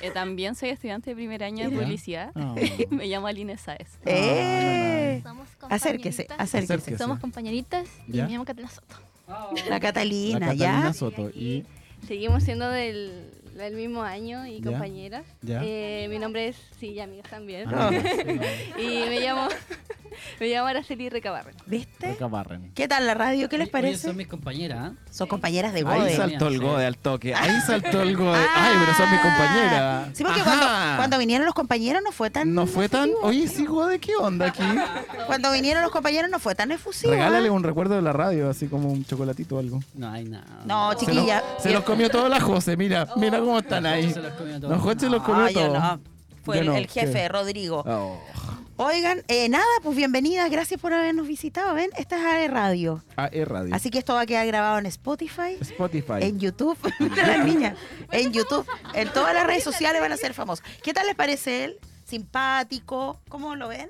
Speaker 6: Eh, también soy estudiante de primer año de
Speaker 3: Mira.
Speaker 6: publicidad. [LAUGHS]
Speaker 3: Ah.
Speaker 6: Me llamo Aline Saez.
Speaker 2: Eh,
Speaker 5: Somos
Speaker 2: Acérquese,
Speaker 5: compañeritas.
Speaker 1: Acérquese.
Speaker 2: acérquese.
Speaker 6: Somos
Speaker 1: Somos
Speaker 6: compañeritas
Speaker 1: y
Speaker 6: y
Speaker 1: Ya. me
Speaker 6: me llamo Catalina Soto.
Speaker 2: La
Speaker 1: La
Speaker 2: Catalina,
Speaker 1: Catalina
Speaker 2: ¿ya?
Speaker 1: Soto. Y,
Speaker 6: Seguimos siendo del, del mismo año y
Speaker 1: Ya.
Speaker 6: compañeras.
Speaker 1: ya.
Speaker 6: Eh, mi nombre es, sí, y amigas también. [LAUGHS]
Speaker 1: Ah,
Speaker 6: Y me llamo, [LAUGHS] me llamo Araceli Recabarren.
Speaker 2: ¿Viste?
Speaker 1: Reca Barren.
Speaker 2: ¿Qué tal la radio? ¿Qué les
Speaker 3: Oye,
Speaker 2: parece?
Speaker 3: Son mis compañeras. ¿eh?
Speaker 2: Son compañeras de
Speaker 1: Ahí
Speaker 2: Gode.
Speaker 1: saltó el
Speaker 3: Sí.
Speaker 1: gode al toque. Ahí saltó el gode.
Speaker 2: Ah.
Speaker 1: Ay, pero son mis compañeras.
Speaker 2: Sí, porque
Speaker 1: Ajá.
Speaker 2: cuando, cuando vinieron los compañeros no fue tan.
Speaker 1: No fue tan. Oye, sí, gode, ¿qué onda aquí?
Speaker 2: Cuando vinieron los compañeros no fue tan efusivo. ¿ah?
Speaker 1: Regálale un recuerdo de la radio, así como un chocolatito o algo.
Speaker 3: No hay nada.
Speaker 2: No,
Speaker 1: Se, lo-
Speaker 2: chiquilla.
Speaker 1: se los comió toda la José, mira, mira cómo están
Speaker 2: Oh.
Speaker 1: ahí.
Speaker 3: Se los comió todos.
Speaker 1: Los José los
Speaker 2: No,
Speaker 1: comió
Speaker 2: Ah, yo
Speaker 1: todos.
Speaker 2: no. Fue
Speaker 1: Yo
Speaker 2: el,
Speaker 1: no,
Speaker 2: el jefe,
Speaker 1: ¿qué?
Speaker 2: Rodrigo.
Speaker 1: Oh.
Speaker 2: Oigan, eh, nada, pues bienvenidas. Gracias por habernos visitado. Ven, esta es AE Radio.
Speaker 1: AE Radio.
Speaker 2: Así que esto va a quedar grabado en Spotify,
Speaker 1: Spotify.
Speaker 2: en YouTube, [LAUGHS] de las niñas, en YouTube, en todas las redes sociales van a ser famosos. ¿Qué tal les parece él? Simpático, ¿cómo lo ven?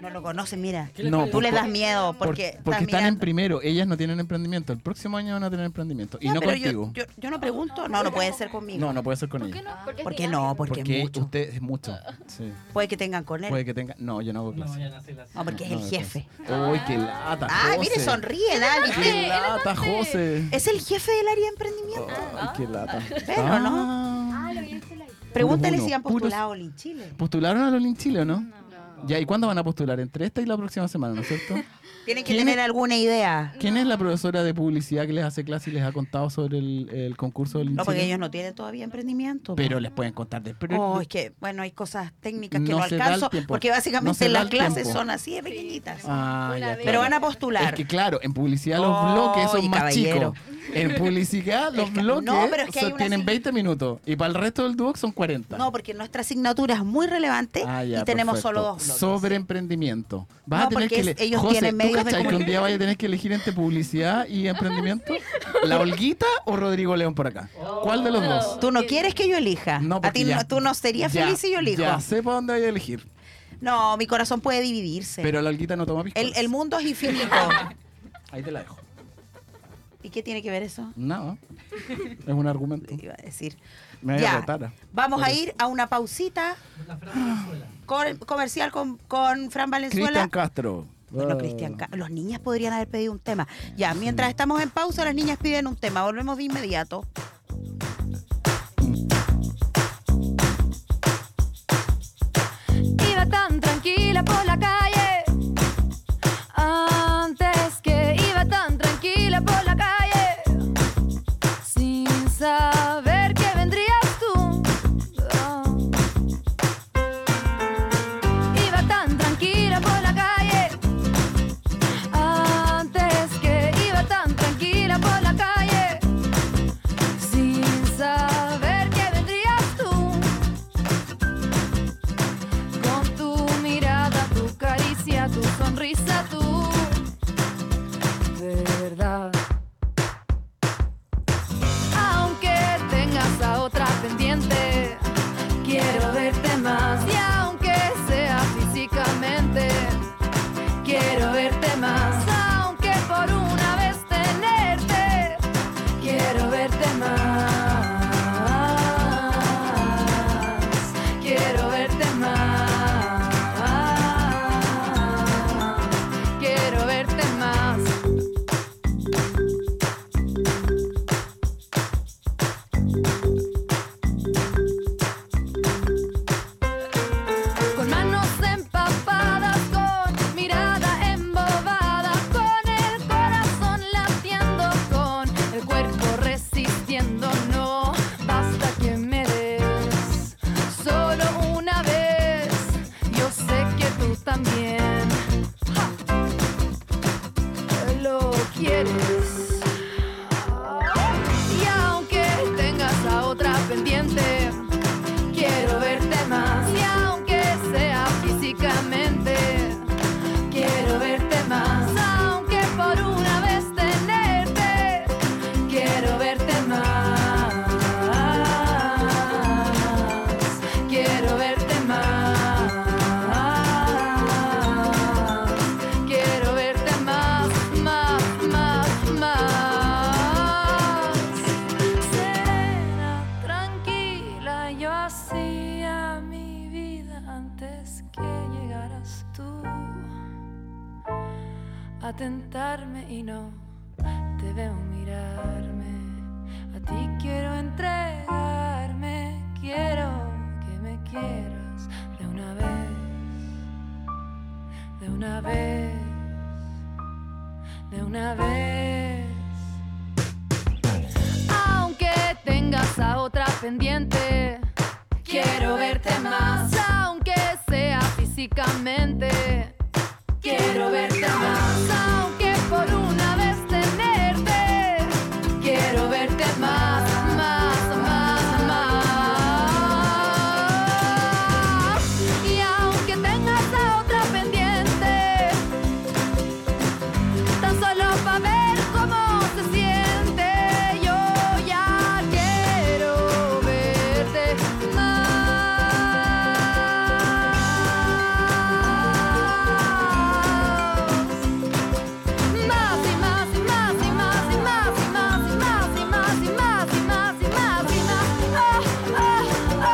Speaker 2: No lo conocen, mira.
Speaker 3: ¿Qué les
Speaker 1: No,
Speaker 3: parece?
Speaker 2: Tú les das
Speaker 1: por-
Speaker 2: miedo
Speaker 1: Por-
Speaker 2: porque, estás
Speaker 1: porque están en
Speaker 2: mirando.
Speaker 1: primero, ellas no tienen emprendimiento. El próximo año van a tener emprendimiento. Y
Speaker 2: No,
Speaker 1: no
Speaker 2: pero yo-
Speaker 1: contigo.
Speaker 2: Yo, yo no pregunto, no, no puede ser conmigo.
Speaker 1: No, no puede ser con
Speaker 5: ¿Por qué
Speaker 1: ellas.
Speaker 5: no? Porque,
Speaker 2: ¿Por qué no? Porque,
Speaker 1: Porque
Speaker 2: es mucho.
Speaker 1: usted es mucho. Sí.
Speaker 2: Puede que tengan con él.
Speaker 1: Puede que tenga. No, yo no hago clase.
Speaker 3: No, ya no sé la-
Speaker 2: No, porque es el
Speaker 1: No,
Speaker 2: jefe.
Speaker 1: Uy, qué lata.
Speaker 2: Ah, mire,
Speaker 1: José.
Speaker 2: sonríe,
Speaker 1: Qué
Speaker 2: David.
Speaker 1: lata, José.
Speaker 2: Es el jefe del área de emprendimiento.
Speaker 1: Ay, qué lata.
Speaker 2: Pero,
Speaker 1: Ah.
Speaker 5: Ah, lo vi en su live.
Speaker 2: Pregúntale
Speaker 1: uno,
Speaker 2: si han
Speaker 1: puros-
Speaker 2: postulado en Chile.
Speaker 1: ¿Postularon a los Lin Chile o no?
Speaker 6: No.
Speaker 1: Ya, ¿y cuándo van a postular? Entre esta y la próxima semana, ¿no es cierto?
Speaker 2: Tienen que
Speaker 1: ¿Quién
Speaker 2: tener alguna idea.
Speaker 1: ¿Quién es la profesora de publicidad que les hace clase y les ha contado sobre el, el concurso del Lin
Speaker 2: No, porque
Speaker 1: Chile?
Speaker 2: ellos no tienen todavía emprendimiento.
Speaker 1: Pero les pueden contar después.
Speaker 2: Oh, es que, bueno, hay cosas técnicas que
Speaker 1: No
Speaker 2: no,
Speaker 1: se da el
Speaker 2: alcanzo,
Speaker 1: tiempo.
Speaker 2: porque
Speaker 1: No se
Speaker 2: básicamente
Speaker 1: da
Speaker 2: las
Speaker 1: el
Speaker 2: clases
Speaker 1: tiempo.
Speaker 2: son así de pequeñitas.
Speaker 1: Ah, ya,
Speaker 5: Pero
Speaker 2: Pero van a
Speaker 1: Es
Speaker 2: postular.
Speaker 1: que claro, en publicidad los
Speaker 2: Oye,
Speaker 1: bloques son más
Speaker 2: caballero.
Speaker 1: chicos. En publicidad los
Speaker 2: [LAUGHS] Es que-
Speaker 1: bloques
Speaker 2: no, pero es que hay
Speaker 1: son-
Speaker 2: una
Speaker 1: tienen
Speaker 2: sig-
Speaker 1: 20 minutos y para el resto del dúo son 40.
Speaker 2: No, porque nuestra asignatura es muy relevante
Speaker 1: Ah, ya,
Speaker 2: y tenemos
Speaker 1: perfecto.
Speaker 2: solo dos. bloques.
Speaker 1: Sobre emprendimiento. Vas
Speaker 2: No,
Speaker 1: a tener
Speaker 2: porque
Speaker 1: que
Speaker 2: es-
Speaker 1: ele-
Speaker 2: ellos
Speaker 1: José,
Speaker 2: tienen
Speaker 1: ¿tú
Speaker 2: medios de
Speaker 1: cachai que un día vaya a tener que elegir entre publicidad y emprendimiento? ¿La Olguita o Rodrigo León por acá? ¿Cuál de los dos?
Speaker 2: Tú no quieres que yo elija.
Speaker 1: No,
Speaker 2: Ah, a ti
Speaker 1: porque ya-
Speaker 2: no, tú no serías
Speaker 1: ya-
Speaker 2: feliz si yo elijo.
Speaker 1: Ya sé para dónde voy a elegir.
Speaker 2: No, mi corazón puede dividirse.
Speaker 1: Pero la Olguita no toma pistolas.
Speaker 2: el, el mundo es infinito.
Speaker 1: [LAUGHS] Ahí te la dejo.
Speaker 2: ¿Y qué tiene que ver eso?
Speaker 1: Nada. Es un argumento.
Speaker 2: Iba a decir.
Speaker 1: Me voy
Speaker 2: Ya.
Speaker 1: a retar.
Speaker 2: Vamos a ir a una pausita [GASPS] cor- comercial con, con Fran Valenzuela.
Speaker 1: Cristian Castro.
Speaker 2: Bueno,
Speaker 1: Ah.
Speaker 2: Cristian, Ca- los niñas podrían haber pedido un tema. Ya, mientras estamos en pausa, las niñas piden un tema. Volvemos de inmediato.
Speaker 5: Iba tan tranquila por la calle. Antes que iba tan tranquila por la calle. Sin saber que vendrías tú. Ah. Iba tan tranquila por la calle. Antes que iba tan tranquila por la calle. yo hacía mi vida antes que llegaras tú a tentarme y no te veo mirarme. A ti quiero entregarme, quiero que me quieras de una vez, de una vez, de una vez aunque tengas a otra pendiente. Quiero verte más, aunque sea físicamente. Quiero verte más, aunque por una vez tenerte. Quiero verte más, más, más, más. Y aunque tengas a otra pendiente, tan solo para ver cómo se siente. Yo ya quiero verte más. Más y más y más y más y más y más y más y más y más y más y más y más. Oh, oh, oh.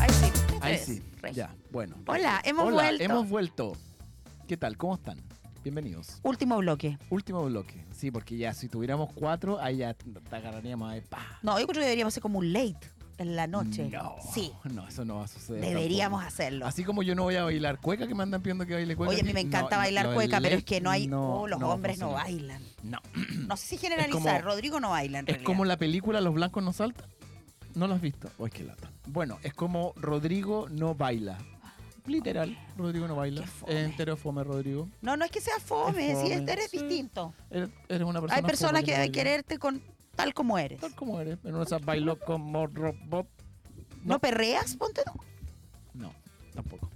Speaker 2: Ahí sí.
Speaker 1: Ahí
Speaker 2: Tres.
Speaker 1: sí.
Speaker 2: Rey.
Speaker 1: Ya, bueno.
Speaker 2: Hola, hemos
Speaker 1: Hola,
Speaker 2: vuelto.
Speaker 1: Hemos vuelto. ¿Qué tal? ¿Cómo están? Bienvenidos.
Speaker 2: Último bloque.
Speaker 1: Último bloque. Sí, porque ya si tuviéramos cuatro, ahí ya te agarraríamos ahí. pa.
Speaker 2: No, yo creo que deberíamos hacer como un late en la noche.
Speaker 1: No.
Speaker 2: Sí.
Speaker 1: No, eso no va a suceder.
Speaker 2: Deberíamos
Speaker 1: tampoco.
Speaker 2: hacerlo.
Speaker 1: Así como yo no voy a bailar cueca, que me andan pidiendo que baile cueca.
Speaker 2: Oye, a mí me
Speaker 1: no,
Speaker 2: encanta
Speaker 1: no,
Speaker 2: bailar
Speaker 1: no, el
Speaker 2: cueca, pero es que no hay.
Speaker 1: no-
Speaker 2: oh, los
Speaker 1: no va a
Speaker 2: hombres no
Speaker 1: funcionar.
Speaker 2: bailan.
Speaker 1: No.
Speaker 2: No sé si
Speaker 1: Es
Speaker 2: generalizar.
Speaker 1: como-
Speaker 2: Rodrigo no baila en
Speaker 1: Es
Speaker 2: realidad.
Speaker 1: como la película Los blancos no saltan. ¿No lo has visto? Uy, qué lata. Bueno, es como Rodrigo no baila. Literal, Rodrigo no baila.
Speaker 2: Qué fome.
Speaker 1: Es entero fome, Rodrigo.
Speaker 2: No, no es que sea fome,
Speaker 1: Es
Speaker 2: si
Speaker 1: fome,
Speaker 2: eres
Speaker 1: sí.
Speaker 2: distinto.
Speaker 1: Eres, eres una persona
Speaker 2: Hay personas
Speaker 1: fome
Speaker 2: que
Speaker 1: no
Speaker 2: deben
Speaker 1: baila.
Speaker 2: quererte con tal como eres.
Speaker 1: Tal como eres. En una de esas bailó como robot.
Speaker 2: ¿No, perreas? Ponte tú.
Speaker 1: No, tampoco.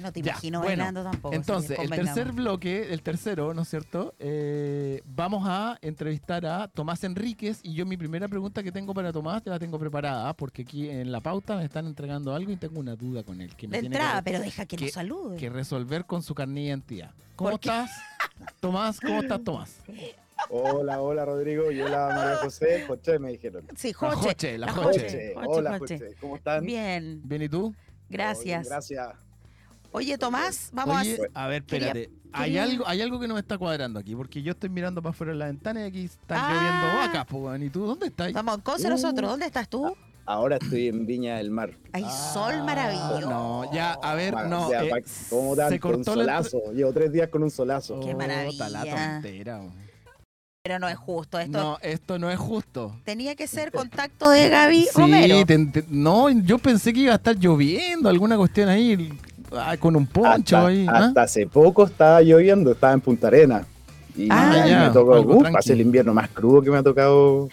Speaker 2: No te
Speaker 1: Ya,
Speaker 2: imagino
Speaker 1: bueno,
Speaker 2: bailando tampoco.
Speaker 1: Entonces,
Speaker 2: señor,
Speaker 1: el
Speaker 2: convengamos.
Speaker 1: tercer bloque, el tercero, ¿no es cierto? Eh, vamos a entrevistar a Tomás Enríquez y yo mi primera pregunta que tengo para Tomás te la tengo preparada porque aquí en la pauta me están entregando algo y tengo una duda con él. Que me
Speaker 2: De
Speaker 1: tiene que-
Speaker 2: entrada, pero deja que,
Speaker 1: que-
Speaker 2: nos salude.
Speaker 1: que resolver con su carne de identidad. ¿Cómo
Speaker 2: ¿Por qué?
Speaker 1: estás? Tomás, ¿cómo estás, Tomás?
Speaker 7: Hola, hola Rodrigo y hola María José. José me dijeron.
Speaker 2: sí,
Speaker 1: La
Speaker 2: Joche.
Speaker 1: Joche, la
Speaker 7: José,
Speaker 1: Joche.
Speaker 7: hola José, ¿cómo están?
Speaker 2: Bien,
Speaker 1: ¿Bien y tú?
Speaker 2: gracias.
Speaker 7: Oye, gracias.
Speaker 2: Oye, Tomás, vamos
Speaker 1: Oye,
Speaker 2: a...
Speaker 1: a ver,
Speaker 2: quería-
Speaker 1: espérate. hay,
Speaker 2: quería-
Speaker 1: algo, hay algo que no me está cuadrando aquí, porque yo estoy mirando para afuera de la ventana y aquí están
Speaker 2: Ah.
Speaker 1: lloviendo vacas, po, weón. ¿Y tú dónde estás?
Speaker 2: Estamos en Conce
Speaker 7: Uh.
Speaker 2: nosotros. ¿Dónde estás tú?
Speaker 7: Ahora estoy en Viña del Mar.
Speaker 2: Hay
Speaker 1: Ah,
Speaker 2: sol maravilloso.
Speaker 1: No, ya, a ver,
Speaker 7: Ma-
Speaker 1: no.
Speaker 7: ya,
Speaker 1: eh,
Speaker 7: pa- ¿Cómo dan?
Speaker 1: se cortó
Speaker 7: con
Speaker 1: la-
Speaker 7: solazo. Llevo tres días con un solazo.
Speaker 2: Qué
Speaker 1: Oh,
Speaker 2: maravilla.
Speaker 1: la tontera, weón.
Speaker 2: Pero no es justo. Esto
Speaker 1: No, esto no es justo.
Speaker 2: tenía que ser contacto de Gaby Romero.
Speaker 1: te- te- no, yo pensé que iba a estar lloviendo, alguna cuestión ahí, el- ah, con un poncho
Speaker 7: hasta,
Speaker 1: ahí. ¿ah?
Speaker 7: hasta hace poco estaba lloviendo, estaba en Punta Arena. Y
Speaker 2: Ah,
Speaker 7: me
Speaker 1: ya,
Speaker 7: tocó,
Speaker 1: algo
Speaker 7: uf,
Speaker 1: tranqui.
Speaker 7: hace el invierno más crudo que me ha tocado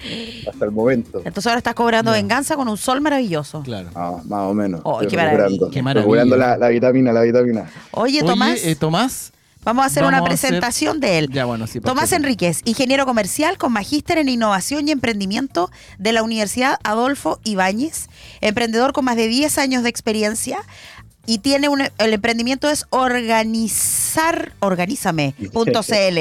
Speaker 7: hasta
Speaker 1: [LAUGHS]
Speaker 7: el momento.
Speaker 2: Entonces ahora estás cobrando
Speaker 1: Ya.
Speaker 2: venganza con un sol maravilloso.
Speaker 1: Claro.
Speaker 7: Ah, más o menos.
Speaker 2: Oh,
Speaker 7: Estoy
Speaker 2: qué maravilla.
Speaker 7: procurando,
Speaker 1: Qué maravilla.
Speaker 7: procurando la, la vitamina, la vitamina.
Speaker 2: Oye, Tomás,
Speaker 1: Oye, eh, Tomás.
Speaker 2: vamos a hacer una
Speaker 1: vamos a hacer-
Speaker 2: presentación de él.
Speaker 1: Ya, bueno, sí. pues,
Speaker 2: Tomás
Speaker 1: perfecto.
Speaker 2: Enríquez, ingeniero comercial con magíster en innovación y emprendimiento de la Universidad Adolfo Ibáñez, emprendedor con más de 10 años de experiencia y tiene un, el emprendimiento es organizar, organízame.cl.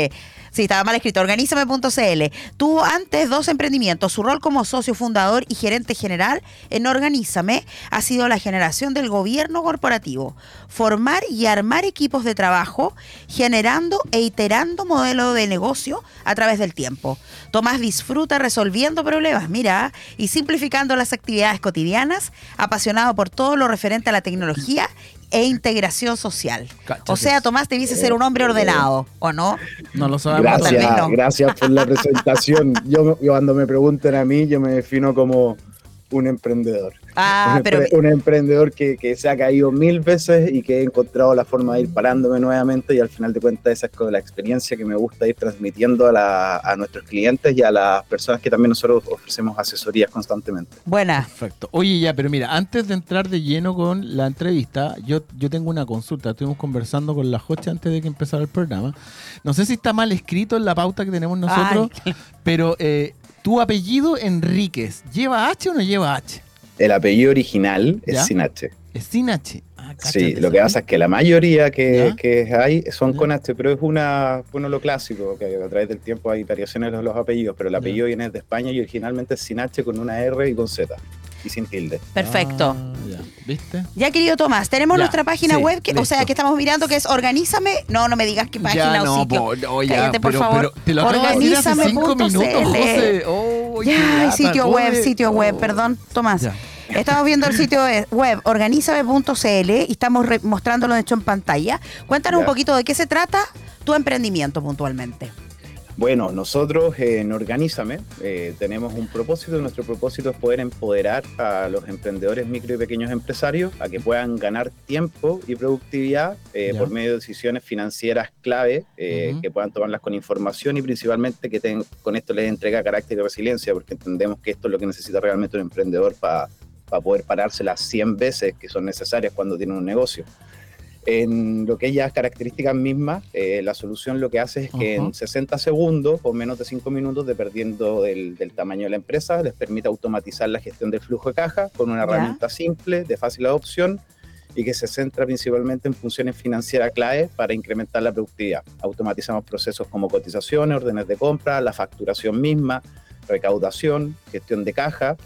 Speaker 2: Sí, estaba mal escrito, organízame.cl. Tuvo antes dos emprendimientos. Su rol como socio fundador y gerente general en Organízame ha sido la generación del gobierno corporativo, formar y armar equipos de trabajo, generando e iterando modelo de negocio a través del tiempo. Tomás disfruta resolviendo problemas, mira, y simplificando las actividades cotidianas, apasionado por todo lo referente a la tecnología e integración social.
Speaker 1: Cacha
Speaker 2: O
Speaker 1: que
Speaker 2: sea,
Speaker 1: sí.
Speaker 2: Tomás debiese ser un hombre ordenado, ¿o no?
Speaker 1: No lo sabemos.
Speaker 2: tal vez
Speaker 7: Gracias,
Speaker 2: no.
Speaker 7: gracias por la presentación. Yo, yo cuando me preguntan a mí, yo me defino como un emprendedor.
Speaker 2: Ah,
Speaker 7: un,
Speaker 2: pero
Speaker 1: eh,
Speaker 7: empre- un emprendedor que, que se ha caído mil veces y que he encontrado la forma de ir parándome nuevamente y al final de cuentas esa es como la experiencia que me gusta ir transmitiendo a, la- a nuestros clientes y a las personas que también nosotros ofrecemos asesorías constantemente.
Speaker 2: buena.
Speaker 1: Perfecto. Oye, ya, pero mira, antes de entrar de lleno con la entrevista, yo, yo tengo una consulta. Estuvimos conversando con la Jocha antes de que empezara el programa. No sé si está mal escrito en la pauta que tenemos nosotros, pero eh, tu apellido Enríquez, ¿lleva H o no lleva H?
Speaker 7: El apellido original
Speaker 1: ¿Ya?
Speaker 7: es sin H.
Speaker 1: Es sin H. Ah,
Speaker 7: Sí,
Speaker 1: cáchate,
Speaker 7: lo que
Speaker 1: ¿sabes?
Speaker 7: pasa es que la mayoría que,
Speaker 1: ¿Ya?
Speaker 7: que hay son
Speaker 1: ¿Ya?
Speaker 7: con H, pero es una, bueno, lo clásico, que a través del tiempo hay variaciones en los apellidos, pero el
Speaker 1: ¿Ya?
Speaker 7: apellido viene de España y originalmente es sin H, con una R y con Z, y sin tilde.
Speaker 2: Perfecto.
Speaker 1: Ah, ya. ¿Viste?
Speaker 2: Ya, querido Tomás, tenemos
Speaker 1: Ya,
Speaker 2: nuestra página
Speaker 1: sí,
Speaker 2: web, que, o sea,
Speaker 1: listo.
Speaker 2: que estamos mirando, que es Organízame. No, no me digas qué página o sitio.
Speaker 1: po, no,
Speaker 2: Cállate, por favor.
Speaker 1: te lo acabo de decir hace cinco
Speaker 2: Organízame.cl.
Speaker 1: minutos, José. Oh, qué
Speaker 2: ya, hay
Speaker 1: lata,
Speaker 2: sitio web,
Speaker 1: José.
Speaker 2: sitio web,
Speaker 1: Oh.
Speaker 2: perdón, Tomás.
Speaker 1: Ya.
Speaker 2: Estamos viendo el sitio e- web organizame.cl y estamos re- mostrándolo hecho en pantalla. Cuéntanos
Speaker 7: Ya.
Speaker 2: un poquito de qué se trata tu emprendimiento puntualmente.
Speaker 7: Bueno, nosotros eh, en Organízame eh, tenemos un propósito. Nuestro propósito es poder empoderar a los emprendedores, micro y pequeños empresarios, a que puedan ganar tiempo y productividad eh,
Speaker 1: Ya.
Speaker 7: por medio de decisiones financieras clave, eh,
Speaker 1: Ujú.
Speaker 7: que puedan tomarlas con información y principalmente que ten- con esto les entrega carácter y resiliencia, porque entendemos que esto es lo que necesita realmente un emprendedor para poder pararse las 100 veces que son necesarias cuando tienen un negocio en lo que es ya características mismas, eh, la solución lo que hace es que
Speaker 1: Ujú.
Speaker 7: en 60 segundos o menos de 5 minutos, dependiendo del, del tamaño de la empresa, les permite automatizar la gestión del flujo de caja con una
Speaker 2: Ya.
Speaker 7: herramienta simple, de fácil adopción y que se centra principalmente en funciones financieras clave para incrementar la productividad. Automatizamos procesos como cotizaciones, órdenes de compra, la facturación misma, recaudación, gestión de caja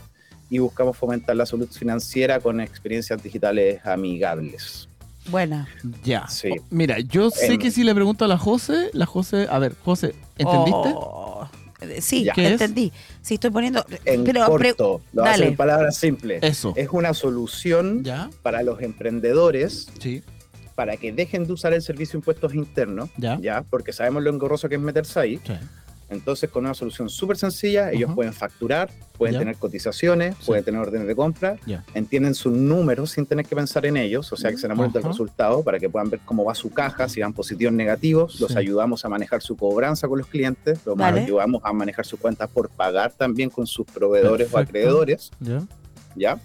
Speaker 7: y buscamos fomentar la salud financiera con experiencias digitales amigables.
Speaker 2: Buena.
Speaker 1: Ya.
Speaker 7: Sí.
Speaker 1: Oh, Mira, yo sé
Speaker 7: Em.
Speaker 1: que si le pregunto a la José, la José, a ver, José, ¿entendiste?
Speaker 2: Oh, eh, Sí,
Speaker 7: Ya.
Speaker 1: ¿Qué es?
Speaker 2: entendí. Sí, estoy poniendo.
Speaker 7: en
Speaker 2: pero pre-
Speaker 7: corto, lo hace
Speaker 2: dale.
Speaker 7: en palabras simples.
Speaker 1: Eso.
Speaker 7: Es una solución
Speaker 1: Eh. Ya,
Speaker 7: para los emprendedores
Speaker 1: sí,
Speaker 7: para que dejen de usar el servicio de impuestos internos,
Speaker 1: ya.
Speaker 7: ya, porque sabemos lo engorroso que es meterse ahí.
Speaker 1: sí.
Speaker 7: Entonces, con una solución súper sencilla, ellos
Speaker 1: Ujú.
Speaker 7: pueden facturar, pueden
Speaker 1: Ya.
Speaker 7: tener cotizaciones,
Speaker 1: Sí.
Speaker 7: pueden tener órdenes de compra,
Speaker 1: Ya.
Speaker 7: entienden sus números sin tener que pensar en ellos, o sea, que se enamoren del
Speaker 1: Ajá.
Speaker 7: resultado para que puedan ver cómo va su caja, si van positivos o negativos. Los
Speaker 1: Sí.
Speaker 7: ayudamos a manejar su cobranza con los clientes, los
Speaker 2: Vale.
Speaker 7: ayudamos a manejar sus cuentas por pagar también con sus proveedores o
Speaker 1: Perfecto.
Speaker 7: acreedores.
Speaker 1: ¿Ya?
Speaker 7: ¿ya?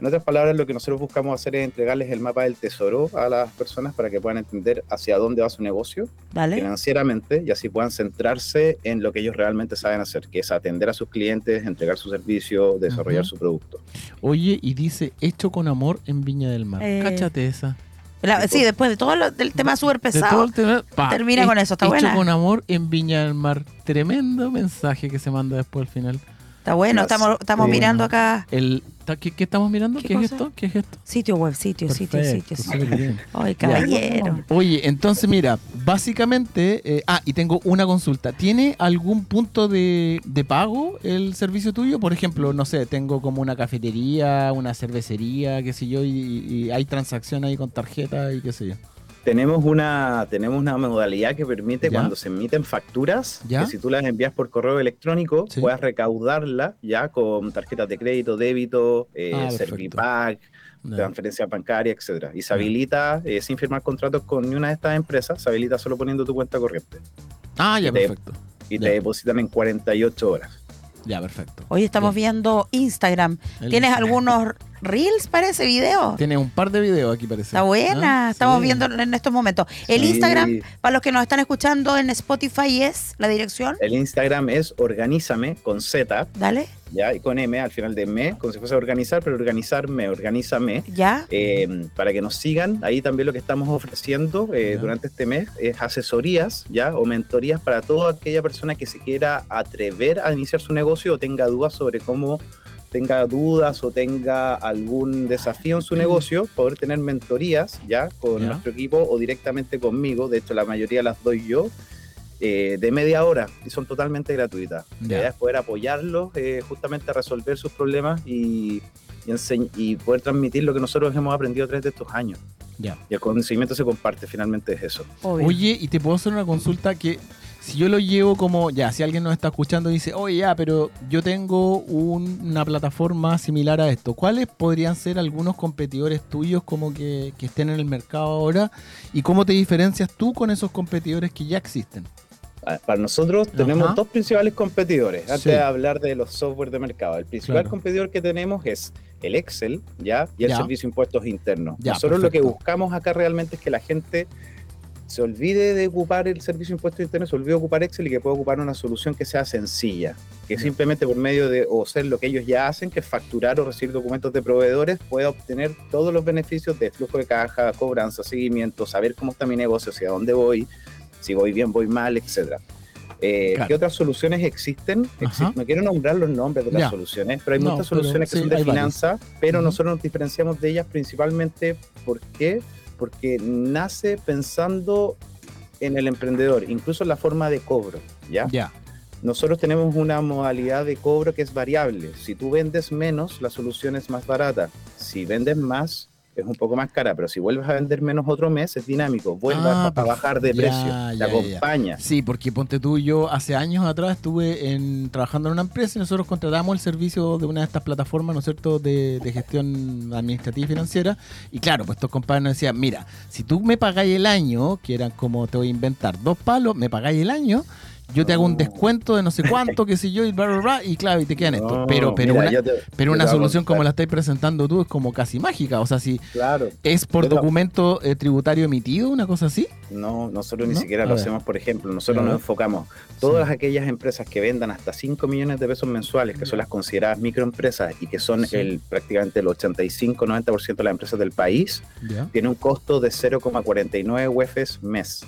Speaker 7: En otras palabras, lo que nosotros buscamos hacer es entregarles el mapa del tesoro a las personas para que puedan entender hacia dónde va su negocio
Speaker 1: ¿Eh?
Speaker 2: Dale.
Speaker 7: financieramente y así puedan centrarse en lo que ellos realmente saben hacer, que es atender a sus clientes, entregar su servicio, desarrollar
Speaker 1: Ujú.
Speaker 7: su producto.
Speaker 1: Oye, y dice, hecho con amor en Viña del Mar.
Speaker 2: Eh,
Speaker 1: Cáchate esa.
Speaker 2: La- sí, después de todo el del tema súper
Speaker 1: De todo
Speaker 2: pesado.
Speaker 1: el tema, pa,
Speaker 2: termina
Speaker 1: he-
Speaker 2: con eso, está buena.
Speaker 1: Hecho con amor en Viña del Mar. Tremendo mensaje que se manda después al final.
Speaker 2: Está bueno,
Speaker 7: Las-
Speaker 2: estamos, estamos
Speaker 1: Sí,
Speaker 2: mirando
Speaker 1: no.
Speaker 2: acá.
Speaker 1: El, ta- ¿qué, qué estamos mirando?
Speaker 2: ¿Qué
Speaker 1: ¿Qué, es
Speaker 2: cosa?
Speaker 1: esto? ¿Qué es esto?
Speaker 2: Sitio web, sitio,
Speaker 1: Perfecto,
Speaker 2: sitio, sitio, sitio.
Speaker 1: súper bien.
Speaker 2: Ay, caballero.
Speaker 1: Oye, entonces mira, básicamente, eh, ah, y tengo una consulta. ¿Tiene algún punto de, de pago el servicio tuyo? Por ejemplo, no sé, tengo como una cafetería, una cervecería, qué sé yo, y, y hay transacción ahí con tarjeta y qué sé yo.
Speaker 7: Tenemos una, tenemos una modalidad que permite
Speaker 1: Ya.
Speaker 7: cuando se emiten facturas,
Speaker 1: Ya.
Speaker 7: que si tú las envías por correo electrónico,
Speaker 1: Sí.
Speaker 7: puedas recaudarla ya con tarjetas de crédito, débito, eh,
Speaker 1: Ah, perfecto.
Speaker 7: Servipack, transferencia bancaria, etcétera. Y se
Speaker 1: Ya.
Speaker 7: habilita, eh, sin firmar contratos con ni una de estas empresas, se habilita solo poniendo tu cuenta corriente.
Speaker 1: Ah, ya,
Speaker 7: te-
Speaker 1: perfecto.
Speaker 7: Y
Speaker 1: Ya.
Speaker 7: te depositan en 48 horas.
Speaker 1: Ya, perfecto.
Speaker 2: Hoy estamos viendo Instagram.
Speaker 1: El-
Speaker 2: ¿Tienes algunos reels para ese video?
Speaker 1: Tienes un par de videos aquí, parece.
Speaker 2: Está buena,
Speaker 1: Ah,
Speaker 2: estamos
Speaker 1: sí.
Speaker 2: viendo en estos momentos. El
Speaker 7: Sí.
Speaker 2: Instagram, para los que nos están escuchando en Spotify, es la dirección.
Speaker 7: El Instagram es organízame con Z,
Speaker 2: Dale,
Speaker 7: ya, y con M al final de me, como si fuese organizar, pero organizarme, organízame.
Speaker 2: ya.
Speaker 7: Eh, para que nos sigan, ahí también lo que estamos ofreciendo eh,
Speaker 1: Ya.
Speaker 7: durante este mes es asesorías ya o mentorías para toda aquella persona que se quiera atrever a iniciar su negocio o tenga dudas sobre cómo tenga dudas o tenga algún desafío en su negocio, poder tener mentorías ya con
Speaker 1: Ya.
Speaker 7: nuestro equipo o directamente conmigo, de hecho la mayoría las doy yo, eh, de media hora y son totalmente gratuitas.
Speaker 1: Ya.
Speaker 7: La idea es poder apoyarlos eh, justamente a resolver sus problemas y, y, ense- y poder transmitir lo que nosotros hemos aprendido a través de estos años.
Speaker 1: Ya.
Speaker 7: Y el conocimiento se comparte, finalmente es eso.
Speaker 2: Obvio.
Speaker 1: Oye, y te puedo hacer una consulta que si yo lo llevo como, ya, si alguien nos está escuchando y dice, oye, ya, pero yo tengo un- una plataforma similar a esto, ¿cuáles podrían ser algunos competidores tuyos como que, que estén en el mercado ahora? ¿Y cómo te diferencias tú con esos competidores que ya existen?
Speaker 7: A- Ah, Para nosotros tenemos
Speaker 1: Ajá.
Speaker 7: dos principales competidores. Antes
Speaker 1: Sí.
Speaker 7: de hablar de los software de mercado, el principal
Speaker 1: Claro.
Speaker 7: competidor que tenemos es el Excel ¿ya? y el
Speaker 1: Ya.
Speaker 7: Servicio de Impuestos Internos.
Speaker 1: Ya,
Speaker 7: nosotros lo que
Speaker 1: perfecto.
Speaker 7: buscamos acá realmente es que la gente se olvide de ocupar el Servicio de Impuestos Internos, se olvide de ocupar Excel y que pueda ocupar una solución que sea sencilla, que simplemente por medio de o ser lo que ellos ya hacen, que es facturar o recibir documentos de proveedores, pueda obtener todos los beneficios de flujo de caja, cobranza, seguimiento, saber cómo está mi negocio, hacia dónde voy, si voy bien, voy mal, etcétera. Eh,
Speaker 1: Claro.
Speaker 7: ¿Qué otras soluciones existen? Exi-
Speaker 1: Ajá.
Speaker 7: no quiero nombrar los nombres de las
Speaker 1: Ya.
Speaker 7: soluciones, pero hay
Speaker 1: No,
Speaker 7: muchas
Speaker 1: pero
Speaker 7: soluciones que
Speaker 1: sí,
Speaker 7: son de
Speaker 1: hay varias.
Speaker 7: finanzas, pero
Speaker 1: Ujú.
Speaker 7: nosotros nos diferenciamos de ellas principalmente ¿por qué? porque nace pensando en el emprendedor, incluso en la forma de cobro, ¿ya?
Speaker 1: Ya,
Speaker 7: Nosotros tenemos una modalidad de cobro que es variable. Si tú vendes menos, la solución es más barata. Si vendes más, es un poco más cara, pero si vuelves a vender menos otro mes, es dinámico. Vuelve
Speaker 1: Ah,
Speaker 7: a- a,
Speaker 1: perf-
Speaker 7: bajar de
Speaker 1: ya,
Speaker 7: precio,
Speaker 1: ya, ya,
Speaker 7: te
Speaker 1: ya.
Speaker 7: acompaña.
Speaker 1: Sí, porque ponte tú y yo hace años atrás estuve en, trabajando en una empresa y nosotros contratamos el servicio de una de estas plataformas, ¿no es cierto?, de, de gestión administrativa y financiera. Y claro, pues estos compadres nos decían, mira, si tú me pagáis el año, que eran como, te voy a inventar, dos palos, me pagáis el año, yo te hago un
Speaker 7: No.
Speaker 1: descuento de no sé cuánto, qué sé yo, y bla, bla, bla, y claro, y te quedan estos.
Speaker 7: No,
Speaker 1: Pero, pero
Speaker 7: mira,
Speaker 1: una,
Speaker 7: yo te- yo te
Speaker 1: pero una
Speaker 7: voy a
Speaker 1: solución como la
Speaker 7: contar.
Speaker 1: estáis presentando tú es como casi mágica. O sea, si
Speaker 7: Claro.
Speaker 1: es por
Speaker 7: Yo te-
Speaker 1: documento eh, tributario emitido, una cosa así.
Speaker 7: No, nosotros ni
Speaker 1: ¿No?
Speaker 7: siquiera
Speaker 1: A
Speaker 7: lo
Speaker 1: ver.
Speaker 7: hacemos, por ejemplo, nosotros
Speaker 1: A
Speaker 7: nos
Speaker 1: ver.
Speaker 7: enfocamos. Todas aquellas empresas que vendan hasta 5 millones de pesos mensuales, que son las consideradas microempresas y que son
Speaker 1: Sí.
Speaker 7: el prácticamente el 85-90% de las empresas del país,
Speaker 1: Ya.
Speaker 7: tiene un costo de 0,49 UEFs mes.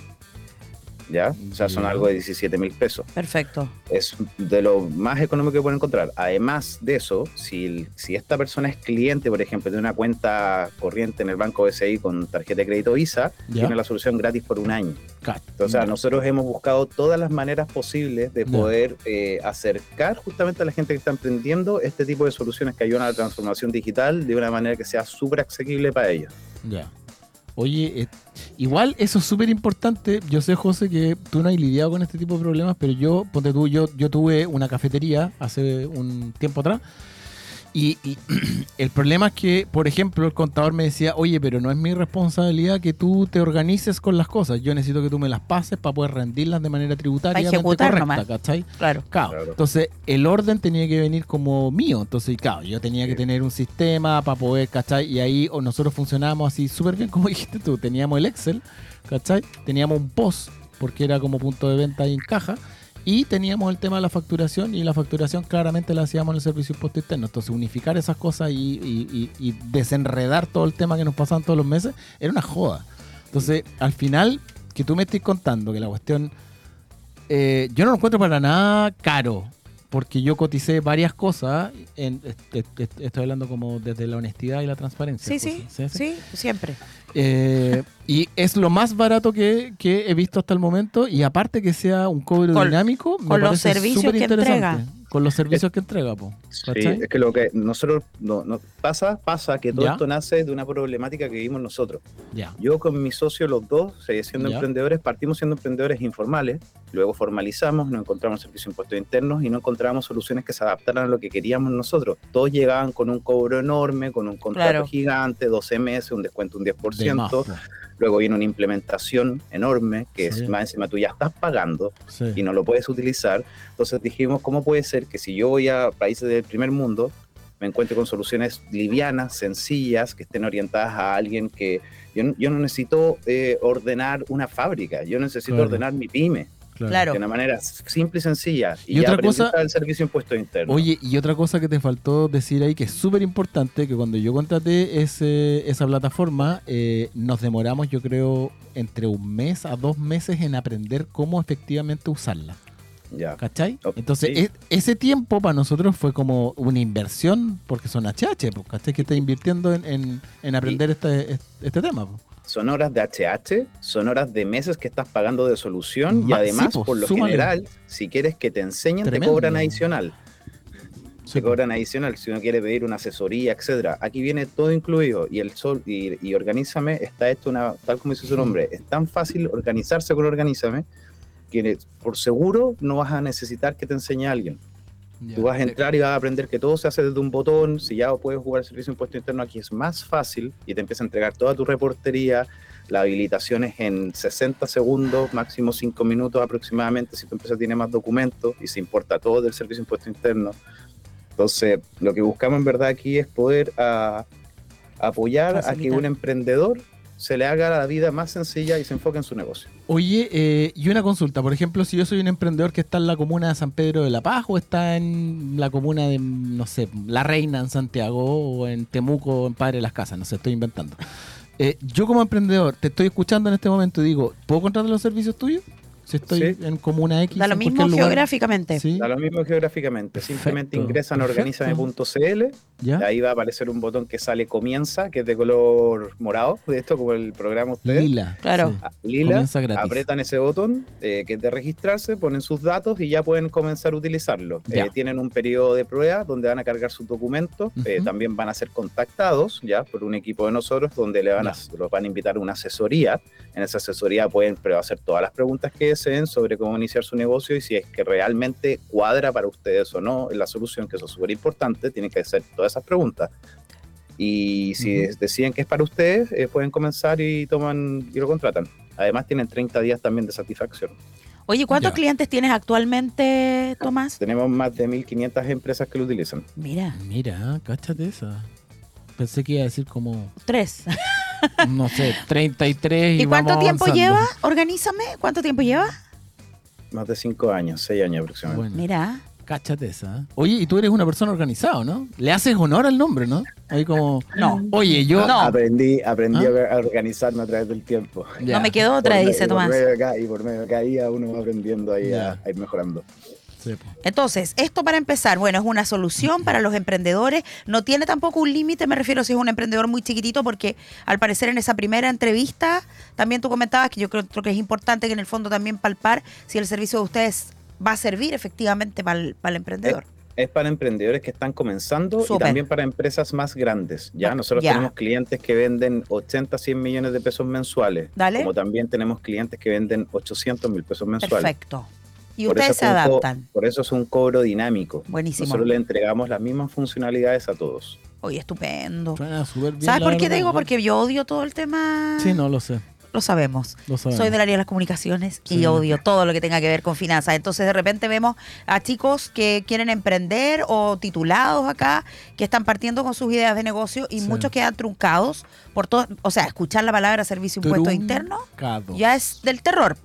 Speaker 7: ¿Ya? O sea, son
Speaker 1: Ya.
Speaker 7: algo de 17 mil pesos
Speaker 2: Perfecto.
Speaker 7: es de lo más económico que pueden encontrar. Además de eso, si, el- si esta persona es cliente, por ejemplo, de una cuenta corriente en el banco BCI con tarjeta de crédito Visa,
Speaker 1: Ya.
Speaker 7: tiene la solución gratis por un año.
Speaker 1: Cat.
Speaker 7: O sea, nosotros hemos buscado todas las maneras posibles de
Speaker 1: Ya.
Speaker 7: poder eh, acercar justamente a la gente que está emprendiendo este tipo de soluciones que ayudan a la transformación digital de una manera que sea súper asequible para ellos.
Speaker 1: Ya. Oye, eh, igual eso es súper importante. Yo sé, José, que tú no has lidiado con este tipo de problemas, pero yo, ponte tú, yo, yo tuve una cafetería hace un tiempo atrás. Y, y [CLEARS THROAT] el problema es que, por ejemplo, el contador me decía, oye, pero no es mi responsabilidad que tú te organices con las cosas. Yo necesito que tú me las pases para poder rendirlas de manera tributaria.
Speaker 2: ejecutar
Speaker 1: correcta,
Speaker 2: nomás.
Speaker 1: ¿cachai?
Speaker 2: Claro.
Speaker 1: Claro.
Speaker 7: Claro.
Speaker 1: Entonces, el orden tenía que venir como mío. Entonces, claro, yo tenía que tener un sistema para poder, ¿cachai? Y ahí o nosotros funcionábamos así súper bien, [LAUGHS] como dijiste tú. Teníamos el Excel, ¿cachai? Teníamos un POS, porque era como punto de venta ahí en caja. Y teníamos el tema de la facturación, y la facturación claramente la hacíamos en el servicio de impuesto interno. Entonces, unificar esas cosas y, y- y- y desenredar todo el tema que nos pasaban todos los meses era una joda. Entonces, al final, que tú me estés contando que la cuestión eh, yo no lo encuentro para nada caro, porque yo coticé varias cosas. en- este- este- estoy hablando como desde la honestidad y la transparencia.
Speaker 2: Sí, sí,
Speaker 1: José.
Speaker 2: sí, siempre.
Speaker 1: Eh, y es lo más barato que, que he visto hasta el momento. Y aparte que sea un cobro
Speaker 2: Con-
Speaker 1: dinámico, me
Speaker 2: con los
Speaker 1: parece
Speaker 2: servicios que
Speaker 1: superinteresante.
Speaker 2: entrega.
Speaker 1: Con los servicios que entrega, po,
Speaker 7: Sí,
Speaker 1: ¿cachai?
Speaker 7: es que lo que nosotros no, no- pasa, pasa que todo
Speaker 1: Ya.
Speaker 7: esto nace de una problemática que vivimos nosotros.
Speaker 1: Ya.
Speaker 7: Yo con mi socio, los dos, eh, siendo
Speaker 1: Ya.
Speaker 7: emprendedores, partimos siendo emprendedores informales, luego formalizamos, no encontramos servicios de impuestos internos y no encontrábamos soluciones que se adaptaran a lo que queríamos nosotros. Todos llegaban con un cobro enorme, con un contrato
Speaker 2: Claro.
Speaker 7: gigante, 12 meses, un descuento un
Speaker 1: De más,
Speaker 7: 10%,
Speaker 1: po.
Speaker 7: luego viene una implementación enorme que
Speaker 1: Sí.
Speaker 7: es más encima tú ya estás pagando,
Speaker 1: Sí.
Speaker 7: y no lo puedes utilizar. Entonces dijimos, ¿cómo puede ser que si yo voy a países del primer mundo, me encuentre con soluciones livianas, sencillas, que estén orientadas a alguien que... Yo, no- yo no necesito eh, ordenar una fábrica, yo necesito
Speaker 1: Claro.
Speaker 7: ordenar mi pyme
Speaker 2: Claro.
Speaker 7: de una manera simple y sencilla. Y,
Speaker 1: Y otra
Speaker 7: ya aprendí
Speaker 1: cosa-
Speaker 7: a usar el servicio de impuestos internos.
Speaker 1: Oye, y otra cosa que te faltó decir ahí, que es súper importante, que cuando yo contraté ese, esa plataforma, eh, nos demoramos, yo creo, entre un mes a dos meses en aprender cómo efectivamente usarla.
Speaker 7: Ya.
Speaker 1: ¿Cachai?
Speaker 7: Ok.
Speaker 1: Entonces, e- ese tiempo para nosotros fue como una inversión, porque son HH, pues, ¿cachai? Que estás invirtiendo en, en- en aprender este, este, este tema. pues.
Speaker 7: Son horas de HH, son horas de meses que estás pagando de solución y
Speaker 1: Ma- sí,
Speaker 7: además,
Speaker 1: pues,
Speaker 7: por lo
Speaker 1: súmale.
Speaker 7: general, si quieres que te enseñen, te
Speaker 1: Tremendo.
Speaker 7: cobran adicional.
Speaker 1: Sí, pues.
Speaker 7: se cobran adicional si uno quiere pedir una asesoría, etcétera. Aquí viene todo incluido y el sol y, y organízame está esto una tal como dice su nombre, es tan fácil organizarse con organízame que que por seguro no vas a necesitar que te enseñe alguien.
Speaker 1: Ya.
Speaker 7: Tú vas a entrar y vas a aprender que todo se hace desde un botón. Si ya puedes jugar el servicio de impuesto interno, aquí es más fácil y te empieza a entregar toda tu reportería. La habilitación es en 60 segundos, máximo 5 minutos aproximadamente. Si tu empresa tiene más documentos y se importa todo del servicio de impuesto interno. Entonces, lo que buscamos en verdad aquí es poder ah, apoyar a que
Speaker 2: Facilitar.
Speaker 7: un emprendedor se le haga la vida más sencilla y se enfoque en su negocio.
Speaker 1: Oye, eh, y una consulta, por ejemplo, si yo soy un emprendedor que está en la comuna de San Pedro de la Paz o está en la comuna de, no sé, La Reina en Santiago o en Temuco o en Padre de las Casas, no sé, estoy inventando. Eh, yo como emprendedor te estoy escuchando en este momento y digo, ¿puedo contratar los servicios tuyos? Si estoy
Speaker 7: Sí.
Speaker 1: en comuna X.
Speaker 2: Da lo
Speaker 1: en
Speaker 2: mismo
Speaker 1: cualquier lugar.
Speaker 2: geográficamente.
Speaker 1: Sí,
Speaker 7: Da lo mismo geográficamente, simplemente
Speaker 1: Perfecto,
Speaker 7: ingresan a
Speaker 1: perfecto.
Speaker 7: organizame.cl
Speaker 1: ya.
Speaker 7: Ahí va a aparecer un botón que sale comienza, que es de color morado, de esto como el programa ustedes.
Speaker 1: Lila.
Speaker 2: Claro.
Speaker 1: sí.
Speaker 7: Ah, Lila.
Speaker 1: Comienza gratis.
Speaker 7: Apretan ese botón, eh, que es de registrarse, ponen sus datos y ya pueden comenzar a utilizarlo.
Speaker 1: Ya.
Speaker 7: Eh, tienen un periodo de prueba donde van a cargar sus documentos, eh,
Speaker 1: Ujú.
Speaker 7: también van a ser contactados ya por un equipo de nosotros donde le van a, los van a invitar a una asesoría. En esa asesoría pueden pero, hacer todas las preguntas que deseen sobre cómo iniciar su negocio y si es que realmente cuadra para ustedes o no la solución, que eso es súper importante, tienen que hacer todas esas preguntas. Y si
Speaker 1: Ujú.
Speaker 7: des- deciden que es para ustedes, eh, pueden comenzar y toman y lo contratan. Además tienen 30 días también de satisfacción.
Speaker 2: Oye, ¿cuántos
Speaker 1: Ya.
Speaker 2: clientes tienes actualmente, Tomás?
Speaker 7: Tenemos más de 1.500 empresas que lo utilizan.
Speaker 2: Mira,
Speaker 1: Ah, Mira, cáchate esa. Pensé que iba a decir como,
Speaker 2: tres.
Speaker 1: no sé, [LAUGHS] 33 y
Speaker 2: ¿Y cuánto
Speaker 1: vamos
Speaker 2: tiempo
Speaker 1: avanzando.
Speaker 2: lleva? Organízame. ¿Cuánto tiempo lleva?
Speaker 7: Más de 5 años, 6 años aproximadamente.
Speaker 1: Bueno.
Speaker 2: Mira.
Speaker 1: Cáchate esa. ¿eh? Oye, y tú eres una persona organizada, ¿no? Le haces honor al nombre, ¿no? Ahí como.
Speaker 2: No.
Speaker 1: Oye, yo. Ah,
Speaker 2: No.
Speaker 7: Aprendí, aprendí a organizarme a través del tiempo.
Speaker 1: Ya.
Speaker 2: No me quedó otra,
Speaker 7: Por me-
Speaker 2: dice Tomás.
Speaker 7: Por medio de ca- y por medio de cada día uno va aprendiendo ahí
Speaker 1: Ya.
Speaker 7: a, a ir mejorando.
Speaker 1: Sí, po.
Speaker 2: Entonces, esto para empezar, bueno, es una solución para los emprendedores. No tiene tampoco un límite, me refiero si es un emprendedor muy chiquitito, porque al parecer en esa primera entrevista también tú comentabas que yo creo, creo que es importante que en el fondo también palpar si el servicio de ustedes va a servir efectivamente para el, para el emprendedor.
Speaker 7: Es para emprendedores que están comenzando y
Speaker 2: Súper.
Speaker 7: también para empresas más grandes. Ya nosotros
Speaker 2: Ya.
Speaker 7: tenemos clientes que venden 80, 100 millones de pesos mensuales.
Speaker 2: Dale.
Speaker 7: Como también tenemos clientes que venden 800 mil pesos mensuales.
Speaker 2: Perfecto. Y
Speaker 7: Por eso
Speaker 2: ustedes se
Speaker 7: es un co-
Speaker 2: adaptan.
Speaker 7: Por eso es un cobro dinámico.
Speaker 2: Buenísimo.
Speaker 7: Nosotros le entregamos las mismas funcionalidades a todos.
Speaker 2: Oye, estupendo.
Speaker 1: Suena súper bien.
Speaker 2: ¿Sabes
Speaker 1: la
Speaker 2: por qué
Speaker 1: verdad,
Speaker 2: te digo?
Speaker 1: ¿no?
Speaker 2: Porque yo odio todo el tema.
Speaker 1: Sí, no, lo sé.
Speaker 2: Lo sabemos.
Speaker 1: Lo sabemos.
Speaker 2: Soy del área de las comunicaciones y
Speaker 1: Sí.
Speaker 2: odio todo lo que tenga que ver con finanzas. Entonces de repente vemos a chicos que quieren emprender o titulados acá, que están partiendo con sus ideas de negocio y
Speaker 1: Sí.
Speaker 2: muchos quedan truncados por todo, o sea, escuchar la palabra servicio impuesto interno
Speaker 1: Truncado.
Speaker 2: ya es del terror.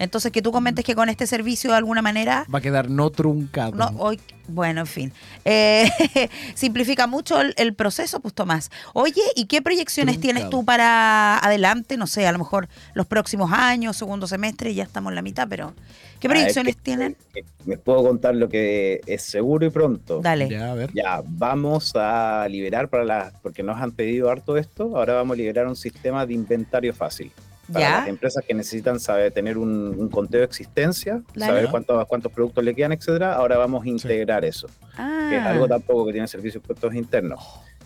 Speaker 2: Entonces que tú comentes que con este servicio de alguna manera
Speaker 1: Va a quedar no truncado.
Speaker 2: no, hoy, bueno, en fin. Eh, [LAUGHS] simplifica mucho el, el proceso, pues Tomás. Oye, ¿y qué proyecciones
Speaker 1: Truncado.
Speaker 2: tienes tú para adelante? No sé, a lo mejor los próximos años, segundo semestre, ya estamos en la mitad, pero ¿qué
Speaker 7: Ah, es
Speaker 2: proyecciones
Speaker 7: que-
Speaker 2: tienen?
Speaker 7: que- Eh, Les puedo contar lo que es seguro y pronto.
Speaker 2: Dale.
Speaker 1: Ya, a ver.
Speaker 7: Ya, vamos a liberar para las, porque nos han pedido harto esto, ahora vamos a liberar un sistema de inventario fácil. Para
Speaker 2: Ya.
Speaker 7: las empresas que necesitan saber, tener un, un conteo de existencia,
Speaker 2: Claro.
Speaker 7: saber cuántos, cuántos productos le quedan, etcétera, ahora vamos a integrar eso, que es
Speaker 2: Ah,
Speaker 7: algo tampoco que tiene servicios puestos internos.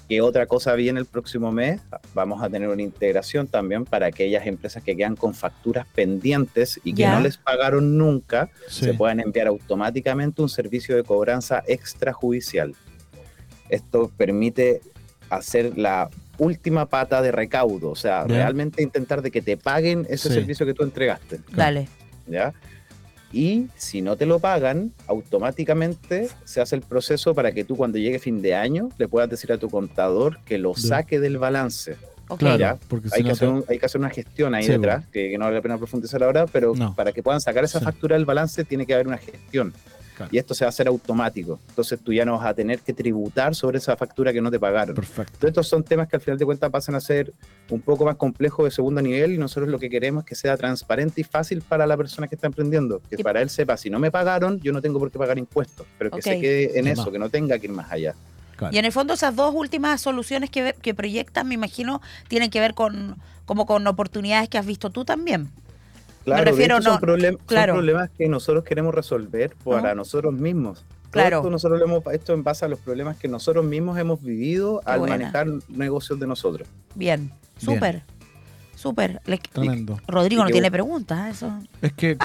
Speaker 7: Que otra cosa viene el próximo mes, vamos a tener una integración también para aquellas empresas que quedan con facturas pendientes y que
Speaker 2: Ya.
Speaker 7: no les pagaron nunca,
Speaker 1: Sí.
Speaker 7: se puedan enviar automáticamente un servicio de cobranza extrajudicial. Esto permite hacer la última pata de recaudo, o sea,
Speaker 1: Ya.
Speaker 7: realmente intentar de que te paguen ese
Speaker 1: Sí.
Speaker 7: servicio que tú entregaste,
Speaker 2: dale.
Speaker 7: ¿ya? Y si no te lo pagan, automáticamente se hace el proceso para que tú cuando llegue fin de año le puedas decir a tu contador que lo
Speaker 1: Ya.
Speaker 7: saque del balance.
Speaker 2: Ok.
Speaker 1: Claro,
Speaker 7: Ya,
Speaker 1: porque si
Speaker 7: Hay que,
Speaker 1: no.
Speaker 7: hacer
Speaker 1: te-
Speaker 7: un- hay que hacer una gestión ahí
Speaker 1: Sí, bueno.
Speaker 7: detrás, que, que no vale la pena profundizar ahora, pero
Speaker 1: No.
Speaker 7: para que puedan sacar esa
Speaker 1: Sí.
Speaker 7: factura del balance tiene que haber una gestión.
Speaker 1: Claro.
Speaker 7: Y esto se va a hacer automático. Entonces tú ya no vas a tener que tributar sobre esa factura que no te pagaron.
Speaker 1: Perfecto.
Speaker 7: Entonces, estos son temas que al final de cuentas pasan a ser un poco más complejos de segundo nivel y nosotros lo que queremos es que sea transparente y fácil para la persona que está emprendiendo. Que
Speaker 2: Y-
Speaker 7: para él sepa, si no me pagaron, yo no tengo por qué pagar impuestos, pero que
Speaker 2: Ok.
Speaker 7: se quede en
Speaker 1: Ya
Speaker 7: eso,
Speaker 1: va.
Speaker 7: que no tenga que ir más allá.
Speaker 1: Claro.
Speaker 2: Y en el fondo esas dos últimas soluciones que, ve- que proyectas, me imagino, tienen que ver con como con oportunidades que has visto tú también.
Speaker 7: Claro, de
Speaker 2: refiero,
Speaker 7: hecho,
Speaker 2: no,
Speaker 7: son, problem- son
Speaker 2: claro.
Speaker 7: problemas que nosotros queremos resolver para nosotros mismos. Todo
Speaker 2: Claro.
Speaker 7: esto nosotros lo hemos esto en base a los problemas que nosotros mismos hemos vivido
Speaker 2: Qué
Speaker 7: al
Speaker 2: buena.
Speaker 7: manejar negocios de nosotros.
Speaker 2: Bien,
Speaker 1: Bien.
Speaker 2: súper, súper. Le-
Speaker 1: Tremendo.
Speaker 2: Rodrigo
Speaker 7: Y
Speaker 2: no
Speaker 7: que-
Speaker 2: tiene preguntas, ¿eh? eso.
Speaker 1: Es que.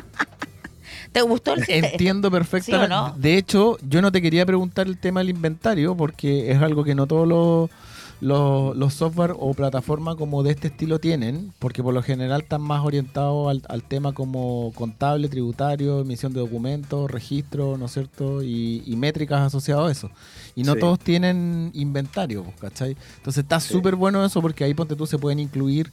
Speaker 2: ¿Te gustó [LAUGHS] el
Speaker 1: Entiendo perfectamente.
Speaker 2: ¿Sí o no?
Speaker 1: De hecho, yo no te quería preguntar el tema del inventario porque es algo que no todos los, los, los software o plataformas como de este estilo tienen, porque por lo general están más orientados al, al tema como contable, tributario, emisión de documentos, registro, ¿no es cierto? Y, y métricas asociadas a eso. Y no
Speaker 7: Sí.
Speaker 1: todos tienen inventario, pues, ¿cachai? Entonces está
Speaker 7: Sí.
Speaker 1: súper bueno eso porque ahí ponte tú se pueden incluir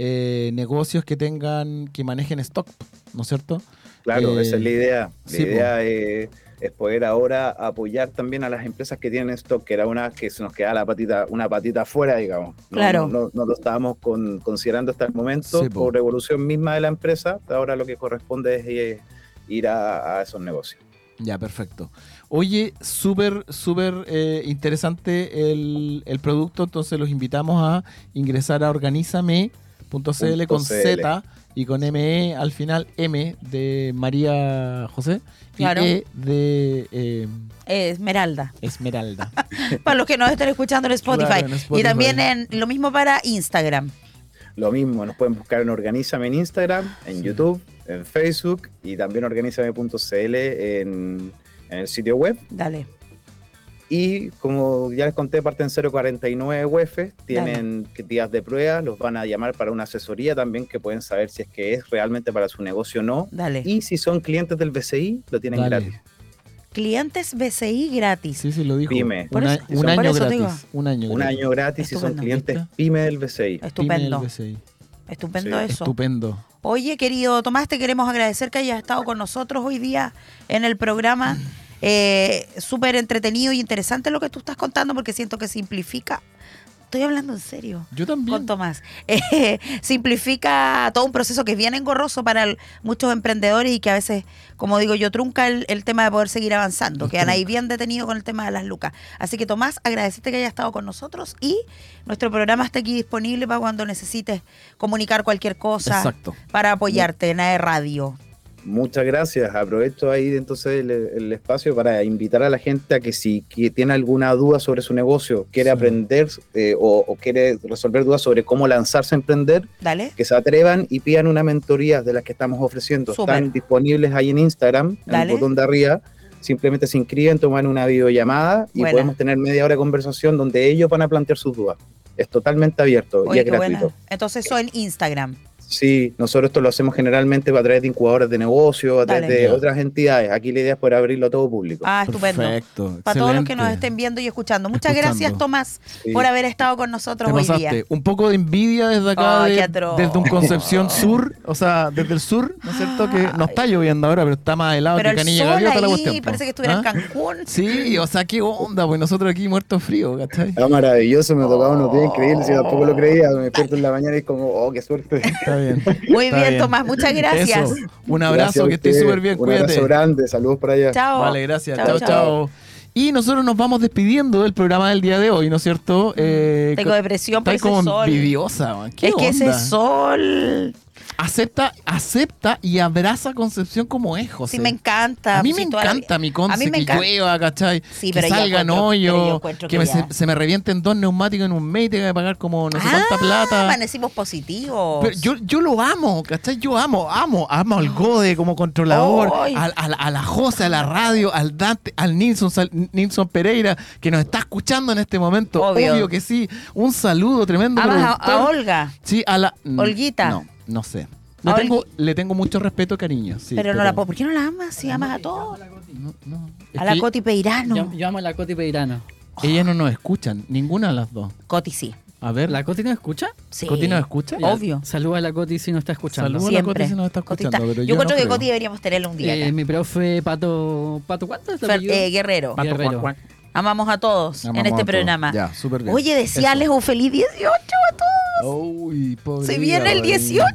Speaker 1: eh, negocios que tengan, que manejen stock, ¿no es cierto?
Speaker 7: Claro,
Speaker 1: Eh,
Speaker 7: esa es la idea. La
Speaker 1: sí, po.
Speaker 7: idea eh, es poder ahora apoyar también a las empresas que tienen stock, que era una que se nos quedaba la patita, una patita afuera, digamos. No-
Speaker 2: Claro.
Speaker 7: No, no- no lo estábamos con- considerando hasta el momento
Speaker 1: Sí, po.
Speaker 7: por evolución misma de la empresa. Ahora lo que corresponde es eh, ir a, a esos negocios.
Speaker 1: Ya, perfecto. Oye, súper, súper eh, interesante el, el producto, entonces los invitamos a ingresar a organizame.cl con
Speaker 7: .cl.
Speaker 1: Z y con ME al final, M de María José y
Speaker 2: Claro.
Speaker 1: E de eh,
Speaker 2: Esmeralda?
Speaker 1: Esmeralda.
Speaker 2: Para los que nos están escuchando en Spotify.
Speaker 1: Claro, en Spotify.
Speaker 2: Y también en lo mismo para Instagram.
Speaker 7: Lo mismo, nos pueden buscar en Organízame en Instagram, en YouTube, en Facebook y también organízame.cl en, en el sitio web.
Speaker 2: Dale.
Speaker 7: Y como ya les conté, parten 049 UEF, tienen que- días de prueba, los van a llamar para una asesoría también que pueden saber si es que es realmente para su negocio o no.
Speaker 2: Dale.
Speaker 7: Y si son clientes del BCI, lo [LAUGHS] tienen
Speaker 1: Dale.
Speaker 7: gratis.
Speaker 2: Clientes BCI gratis.
Speaker 1: Sí, sí, lo dijo.
Speaker 7: Pyme.
Speaker 1: Un,
Speaker 2: Por
Speaker 1: a-
Speaker 2: eso-
Speaker 1: un
Speaker 2: por
Speaker 1: año
Speaker 2: eso te
Speaker 1: gratis. Un año
Speaker 7: Un
Speaker 1: gratis.
Speaker 7: año gratis si son
Speaker 2: Estupendo.
Speaker 7: clientes
Speaker 1: ¿Viste?
Speaker 7: pyme del BCI.
Speaker 1: Pyme del
Speaker 2: Estupendo.
Speaker 1: BCI.
Speaker 2: Estupendo
Speaker 7: Sí.
Speaker 2: eso.
Speaker 1: Estupendo.
Speaker 2: Oye, querido Tomás, te queremos agradecer que hayas estado con nosotros hoy día en el programa. Eh, Súper entretenido y interesante lo que tú estás contando porque siento que simplifica. Estoy hablando en serio.
Speaker 1: Yo también.
Speaker 2: con Tomás. [LAUGHS] Eh, simplifica todo un proceso que es bien engorroso para el- muchos emprendedores y que a veces, como digo yo, trunca el, el tema de poder seguir avanzando.
Speaker 1: Nos
Speaker 2: Quedan ahí
Speaker 1: trunca.
Speaker 2: bien detenidos con el tema de las lucas. Así que Tomás, agradecerte que hayas estado con nosotros y nuestro programa está aquí disponible para cuando necesites comunicar cualquier cosa
Speaker 1: Exacto.
Speaker 2: para apoyarte en AE Radio.
Speaker 7: Muchas gracias. Aprovecho ahí entonces el, el espacio para invitar a la gente a que si que tiene alguna duda sobre su negocio, quiere
Speaker 1: Sí.
Speaker 7: aprender eh, o, o quiere resolver dudas sobre cómo lanzarse a emprender,
Speaker 2: ¿Dale?
Speaker 7: que se atrevan y pidan una mentoría de las que estamos ofreciendo.
Speaker 2: Súper.
Speaker 7: Están disponibles ahí en Instagram, en
Speaker 2: Dale.
Speaker 7: el botón de arriba. Simplemente se inscriben, toman una videollamada y
Speaker 2: Buena.
Speaker 7: podemos tener media hora de conversación donde ellos van a plantear sus dudas. Es totalmente abierto y
Speaker 2: Oye,
Speaker 7: es
Speaker 2: qué
Speaker 7: gratuito.
Speaker 2: buena. Entonces, eso en Instagram.
Speaker 7: Sí, nosotros esto lo hacemos generalmente a través de incubadoras de negocio, a través
Speaker 2: Dale.
Speaker 7: de
Speaker 1: Ya.
Speaker 7: otras entidades. Aquí la idea es poder abrirlo a todo público.
Speaker 2: Ah, estupendo.
Speaker 1: Perfecto.
Speaker 2: Para todos los que
Speaker 1: excelente.
Speaker 2: nos estén viendo y escuchando. Muchas
Speaker 1: Escuchando.
Speaker 2: gracias, Tomás,
Speaker 7: Sí.
Speaker 2: por haber estado con nosotros
Speaker 1: Te
Speaker 2: hoy
Speaker 1: pasaste.
Speaker 2: día.
Speaker 1: Un poco de envidia desde acá,
Speaker 2: Ay,
Speaker 1: de-
Speaker 2: qué atroz.
Speaker 1: desde un
Speaker 7: [LAUGHS]
Speaker 1: Concepción Sur, o sea, desde el sur, ¿no es cierto? Que no está lloviendo ahora, pero está más helado
Speaker 2: Pero
Speaker 1: que
Speaker 2: el
Speaker 1: Canilla
Speaker 2: sol
Speaker 1: Gaviota
Speaker 2: ahí
Speaker 1: la cuestión.
Speaker 2: parece que
Speaker 1: po.
Speaker 2: estuviera en
Speaker 1: ¿Ah?
Speaker 2: Cancún.
Speaker 1: Sí, o sea, qué onda, pues nosotros aquí muertos frío, ¿cachai?
Speaker 7: Era Ah, maravilloso, me tocaba unos días increíbles, yo tampoco
Speaker 1: Oh.
Speaker 7: lo creía. Me despierto en la mañana y es como, oh, qué suerte.
Speaker 1: Está bien.
Speaker 2: Muy
Speaker 1: está
Speaker 2: bien, Tomás, muchas gracias.
Speaker 1: Eso, [LAUGHS] Un
Speaker 7: Gracias
Speaker 1: abrazo,
Speaker 7: a
Speaker 1: que estés
Speaker 7: ustedes,
Speaker 1: súper bien,
Speaker 7: Un
Speaker 1: cuídate.
Speaker 7: abrazo grande, saludos para allá.
Speaker 2: Chao.
Speaker 1: Vale, gracias.
Speaker 2: Chao,
Speaker 1: Chao, chao,
Speaker 2: chao.
Speaker 1: Y nosotros nos vamos despidiendo del programa del día de hoy, ¿no es cierto? Eh,
Speaker 2: Tengo depresión por
Speaker 1: Estás
Speaker 2: ese
Speaker 1: como
Speaker 2: sol.
Speaker 1: envidiosa, man. ¿Qué
Speaker 2: es que ese
Speaker 1: onda?
Speaker 2: sol.
Speaker 1: Acepta, acepta y abraza a Concepción como es, José.
Speaker 2: Sí, me encanta.
Speaker 1: A mí me
Speaker 2: Sí, toda la
Speaker 1: encanta
Speaker 2: vida.
Speaker 1: mi
Speaker 2: A mí
Speaker 1: Conce,
Speaker 2: me
Speaker 1: que
Speaker 2: encanta.
Speaker 1: llueva, ¿cachai?
Speaker 2: Sí,
Speaker 1: que
Speaker 2: pero ya
Speaker 1: salgan
Speaker 2: encuentro- pero yo
Speaker 1: hoyos, que,
Speaker 2: encuentro que
Speaker 1: me
Speaker 2: ya.
Speaker 1: se, se me revienten dos neumáticos en un mes y tenga que pagar como no sé
Speaker 2: Ah,
Speaker 1: cuánta plata.
Speaker 2: Amanecimos positivos.
Speaker 1: Pero yo, yo lo amo, ¿cachai? Yo amo, amo, amo al Gode como controlador,
Speaker 2: Ay.
Speaker 1: al- al- a la Jose, a la radio, al Dante, al Nilson, Sal- Nilson Pereira, que nos está escuchando en este momento.
Speaker 2: Obvio.
Speaker 1: que sí. Un saludo tremendo.
Speaker 2: Amas a,
Speaker 1: productor.
Speaker 2: a Olga,
Speaker 1: Sí, a la. mm,
Speaker 2: Olguita.
Speaker 1: No, no sé. Le
Speaker 2: A Olgu-
Speaker 1: tengo, le tengo mucho respeto, cariño. sí,
Speaker 2: pero no la puedo. ¿Por qué no la amas? Si amas a todos.
Speaker 1: No, no. Es
Speaker 2: A la
Speaker 1: que
Speaker 2: Coti Peirano.
Speaker 3: Yo, yo amo a la Coti Peirano.
Speaker 1: Ellas no nos escuchan, ninguna de las dos.
Speaker 2: Coti sí.
Speaker 1: A ver,
Speaker 3: ¿La Coti no escucha?
Speaker 2: sí.
Speaker 1: ¿Coti nos escucha?
Speaker 2: Ya. Obvio.
Speaker 3: Saluda a la Coti si no está escuchando.
Speaker 1: Saluda. Hola,
Speaker 2: Siempre.
Speaker 1: Coti, si nos está escuchando, pero yo
Speaker 2: yo creo
Speaker 1: no
Speaker 2: que
Speaker 1: creo.
Speaker 2: Coti deberíamos tenerla un día
Speaker 3: Eh,
Speaker 2: acá.
Speaker 3: mi profe Pato. ¿Pato cuánto es el
Speaker 2: Fer-
Speaker 3: apellido?
Speaker 2: eh, Guerrero.
Speaker 1: Pato,
Speaker 3: Guerrero.
Speaker 1: cuac, cuac.
Speaker 2: Amamos a todos
Speaker 1: Amamos
Speaker 2: en
Speaker 1: a
Speaker 2: este
Speaker 1: todos.
Speaker 2: programa.
Speaker 1: Ya, súper bien.
Speaker 2: Oye, decíales un feliz 18 a todos.
Speaker 1: Uy, pobre.
Speaker 2: Se viene el
Speaker 1: hígado, ahí.
Speaker 2: 18.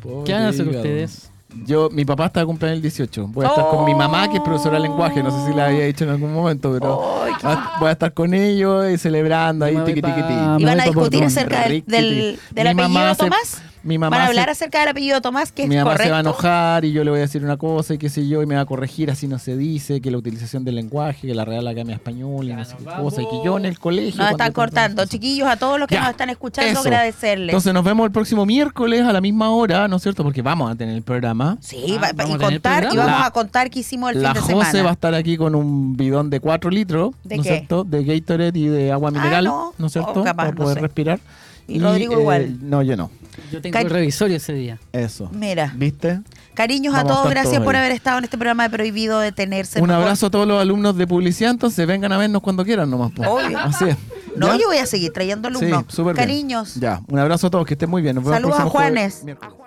Speaker 1: Pobre
Speaker 3: ¿Qué van a hacer
Speaker 1: hígado.
Speaker 3: ustedes?
Speaker 1: Yo, mi papá está de cumpleaños el 18. Voy a estar con mi mamá, que es profesora de lenguaje. No sé si la había dicho en algún momento, pero
Speaker 2: Ay,
Speaker 1: va- voy a estar con ellos y celebrando
Speaker 3: Yo
Speaker 1: ahí,
Speaker 3: me voy
Speaker 1: tiqui, tiqui,
Speaker 3: pa-
Speaker 1: tiqui.
Speaker 3: Y
Speaker 2: ¿Y
Speaker 3: Ah, Me
Speaker 2: van a
Speaker 3: voy pa'
Speaker 2: discutir
Speaker 3: Portón.
Speaker 2: acerca del,
Speaker 1: Riquiti.
Speaker 2: del, del
Speaker 1: Mi mamá
Speaker 2: apellido
Speaker 1: se-
Speaker 2: Tomás?
Speaker 1: mi mamá
Speaker 2: Van a hablar
Speaker 1: se-
Speaker 2: acerca del apellido Tomás, que es
Speaker 1: mi mamá
Speaker 2: correcto.
Speaker 1: se va a enojar y yo le voy a decir una cosa y qué sé yo, y me va a corregir, así no se dice, que la utilización del lenguaje, que la Real Academia Española, y no sé qué cosa, y que yo en el colegio...
Speaker 2: Nos
Speaker 1: cuando
Speaker 2: están
Speaker 1: yo-
Speaker 2: cortando. Chiquillos, a todos los que
Speaker 1: Ya,
Speaker 2: nos están escuchando,
Speaker 1: eso.
Speaker 2: agradecerles.
Speaker 1: Entonces nos vemos el próximo miércoles a la misma hora, ¿no es cierto? Porque vamos a tener el programa.
Speaker 2: sí,
Speaker 3: Ah,
Speaker 2: va- va-
Speaker 3: vamos
Speaker 2: y
Speaker 3: a tener
Speaker 2: contar, y
Speaker 3: programa.
Speaker 2: vamos
Speaker 1: La-
Speaker 2: a contar qué hicimos el fin
Speaker 1: La
Speaker 2: de
Speaker 1: Jose va a
Speaker 2: semana.
Speaker 1: estar aquí con un bidón de 4 litros,
Speaker 2: ¿De
Speaker 1: ¿no es
Speaker 2: qué? Ah,
Speaker 1: cierto? De Gatorade y de agua mineral,
Speaker 2: no.
Speaker 1: no. es cierto?
Speaker 2: O capaz,
Speaker 1: Para
Speaker 2: no
Speaker 1: poder
Speaker 2: sé.
Speaker 1: respirar. eh,
Speaker 2: Y Rodrigo igual.
Speaker 1: No, yo no.
Speaker 3: Yo tengo
Speaker 2: Ca-
Speaker 3: el revisorio ese día.
Speaker 1: Eso.
Speaker 2: Mira,
Speaker 1: ¿Viste?
Speaker 2: cariños
Speaker 1: Vamos a
Speaker 2: a todos,
Speaker 1: estar
Speaker 2: gracias
Speaker 1: todos
Speaker 2: por
Speaker 1: ahí.
Speaker 2: haber estado en este programa de Prohibido Detenerse.
Speaker 1: Un
Speaker 2: Por-
Speaker 1: abrazo a todos los alumnos de publicidad, entonces vengan a vernos cuando quieran nomás. pues. po.
Speaker 2: Obvio.
Speaker 1: Así es.
Speaker 2: No,
Speaker 1: ¿Ya?
Speaker 2: yo voy a seguir trayendo alumnos.
Speaker 1: Sí, súper bien.
Speaker 2: Cariños.
Speaker 1: Ya, un abrazo a todos, que estén muy bien. Nos vemos el
Speaker 2: Saludos a
Speaker 1: próximo jueves-
Speaker 2: Juanes.
Speaker 1: miércoles.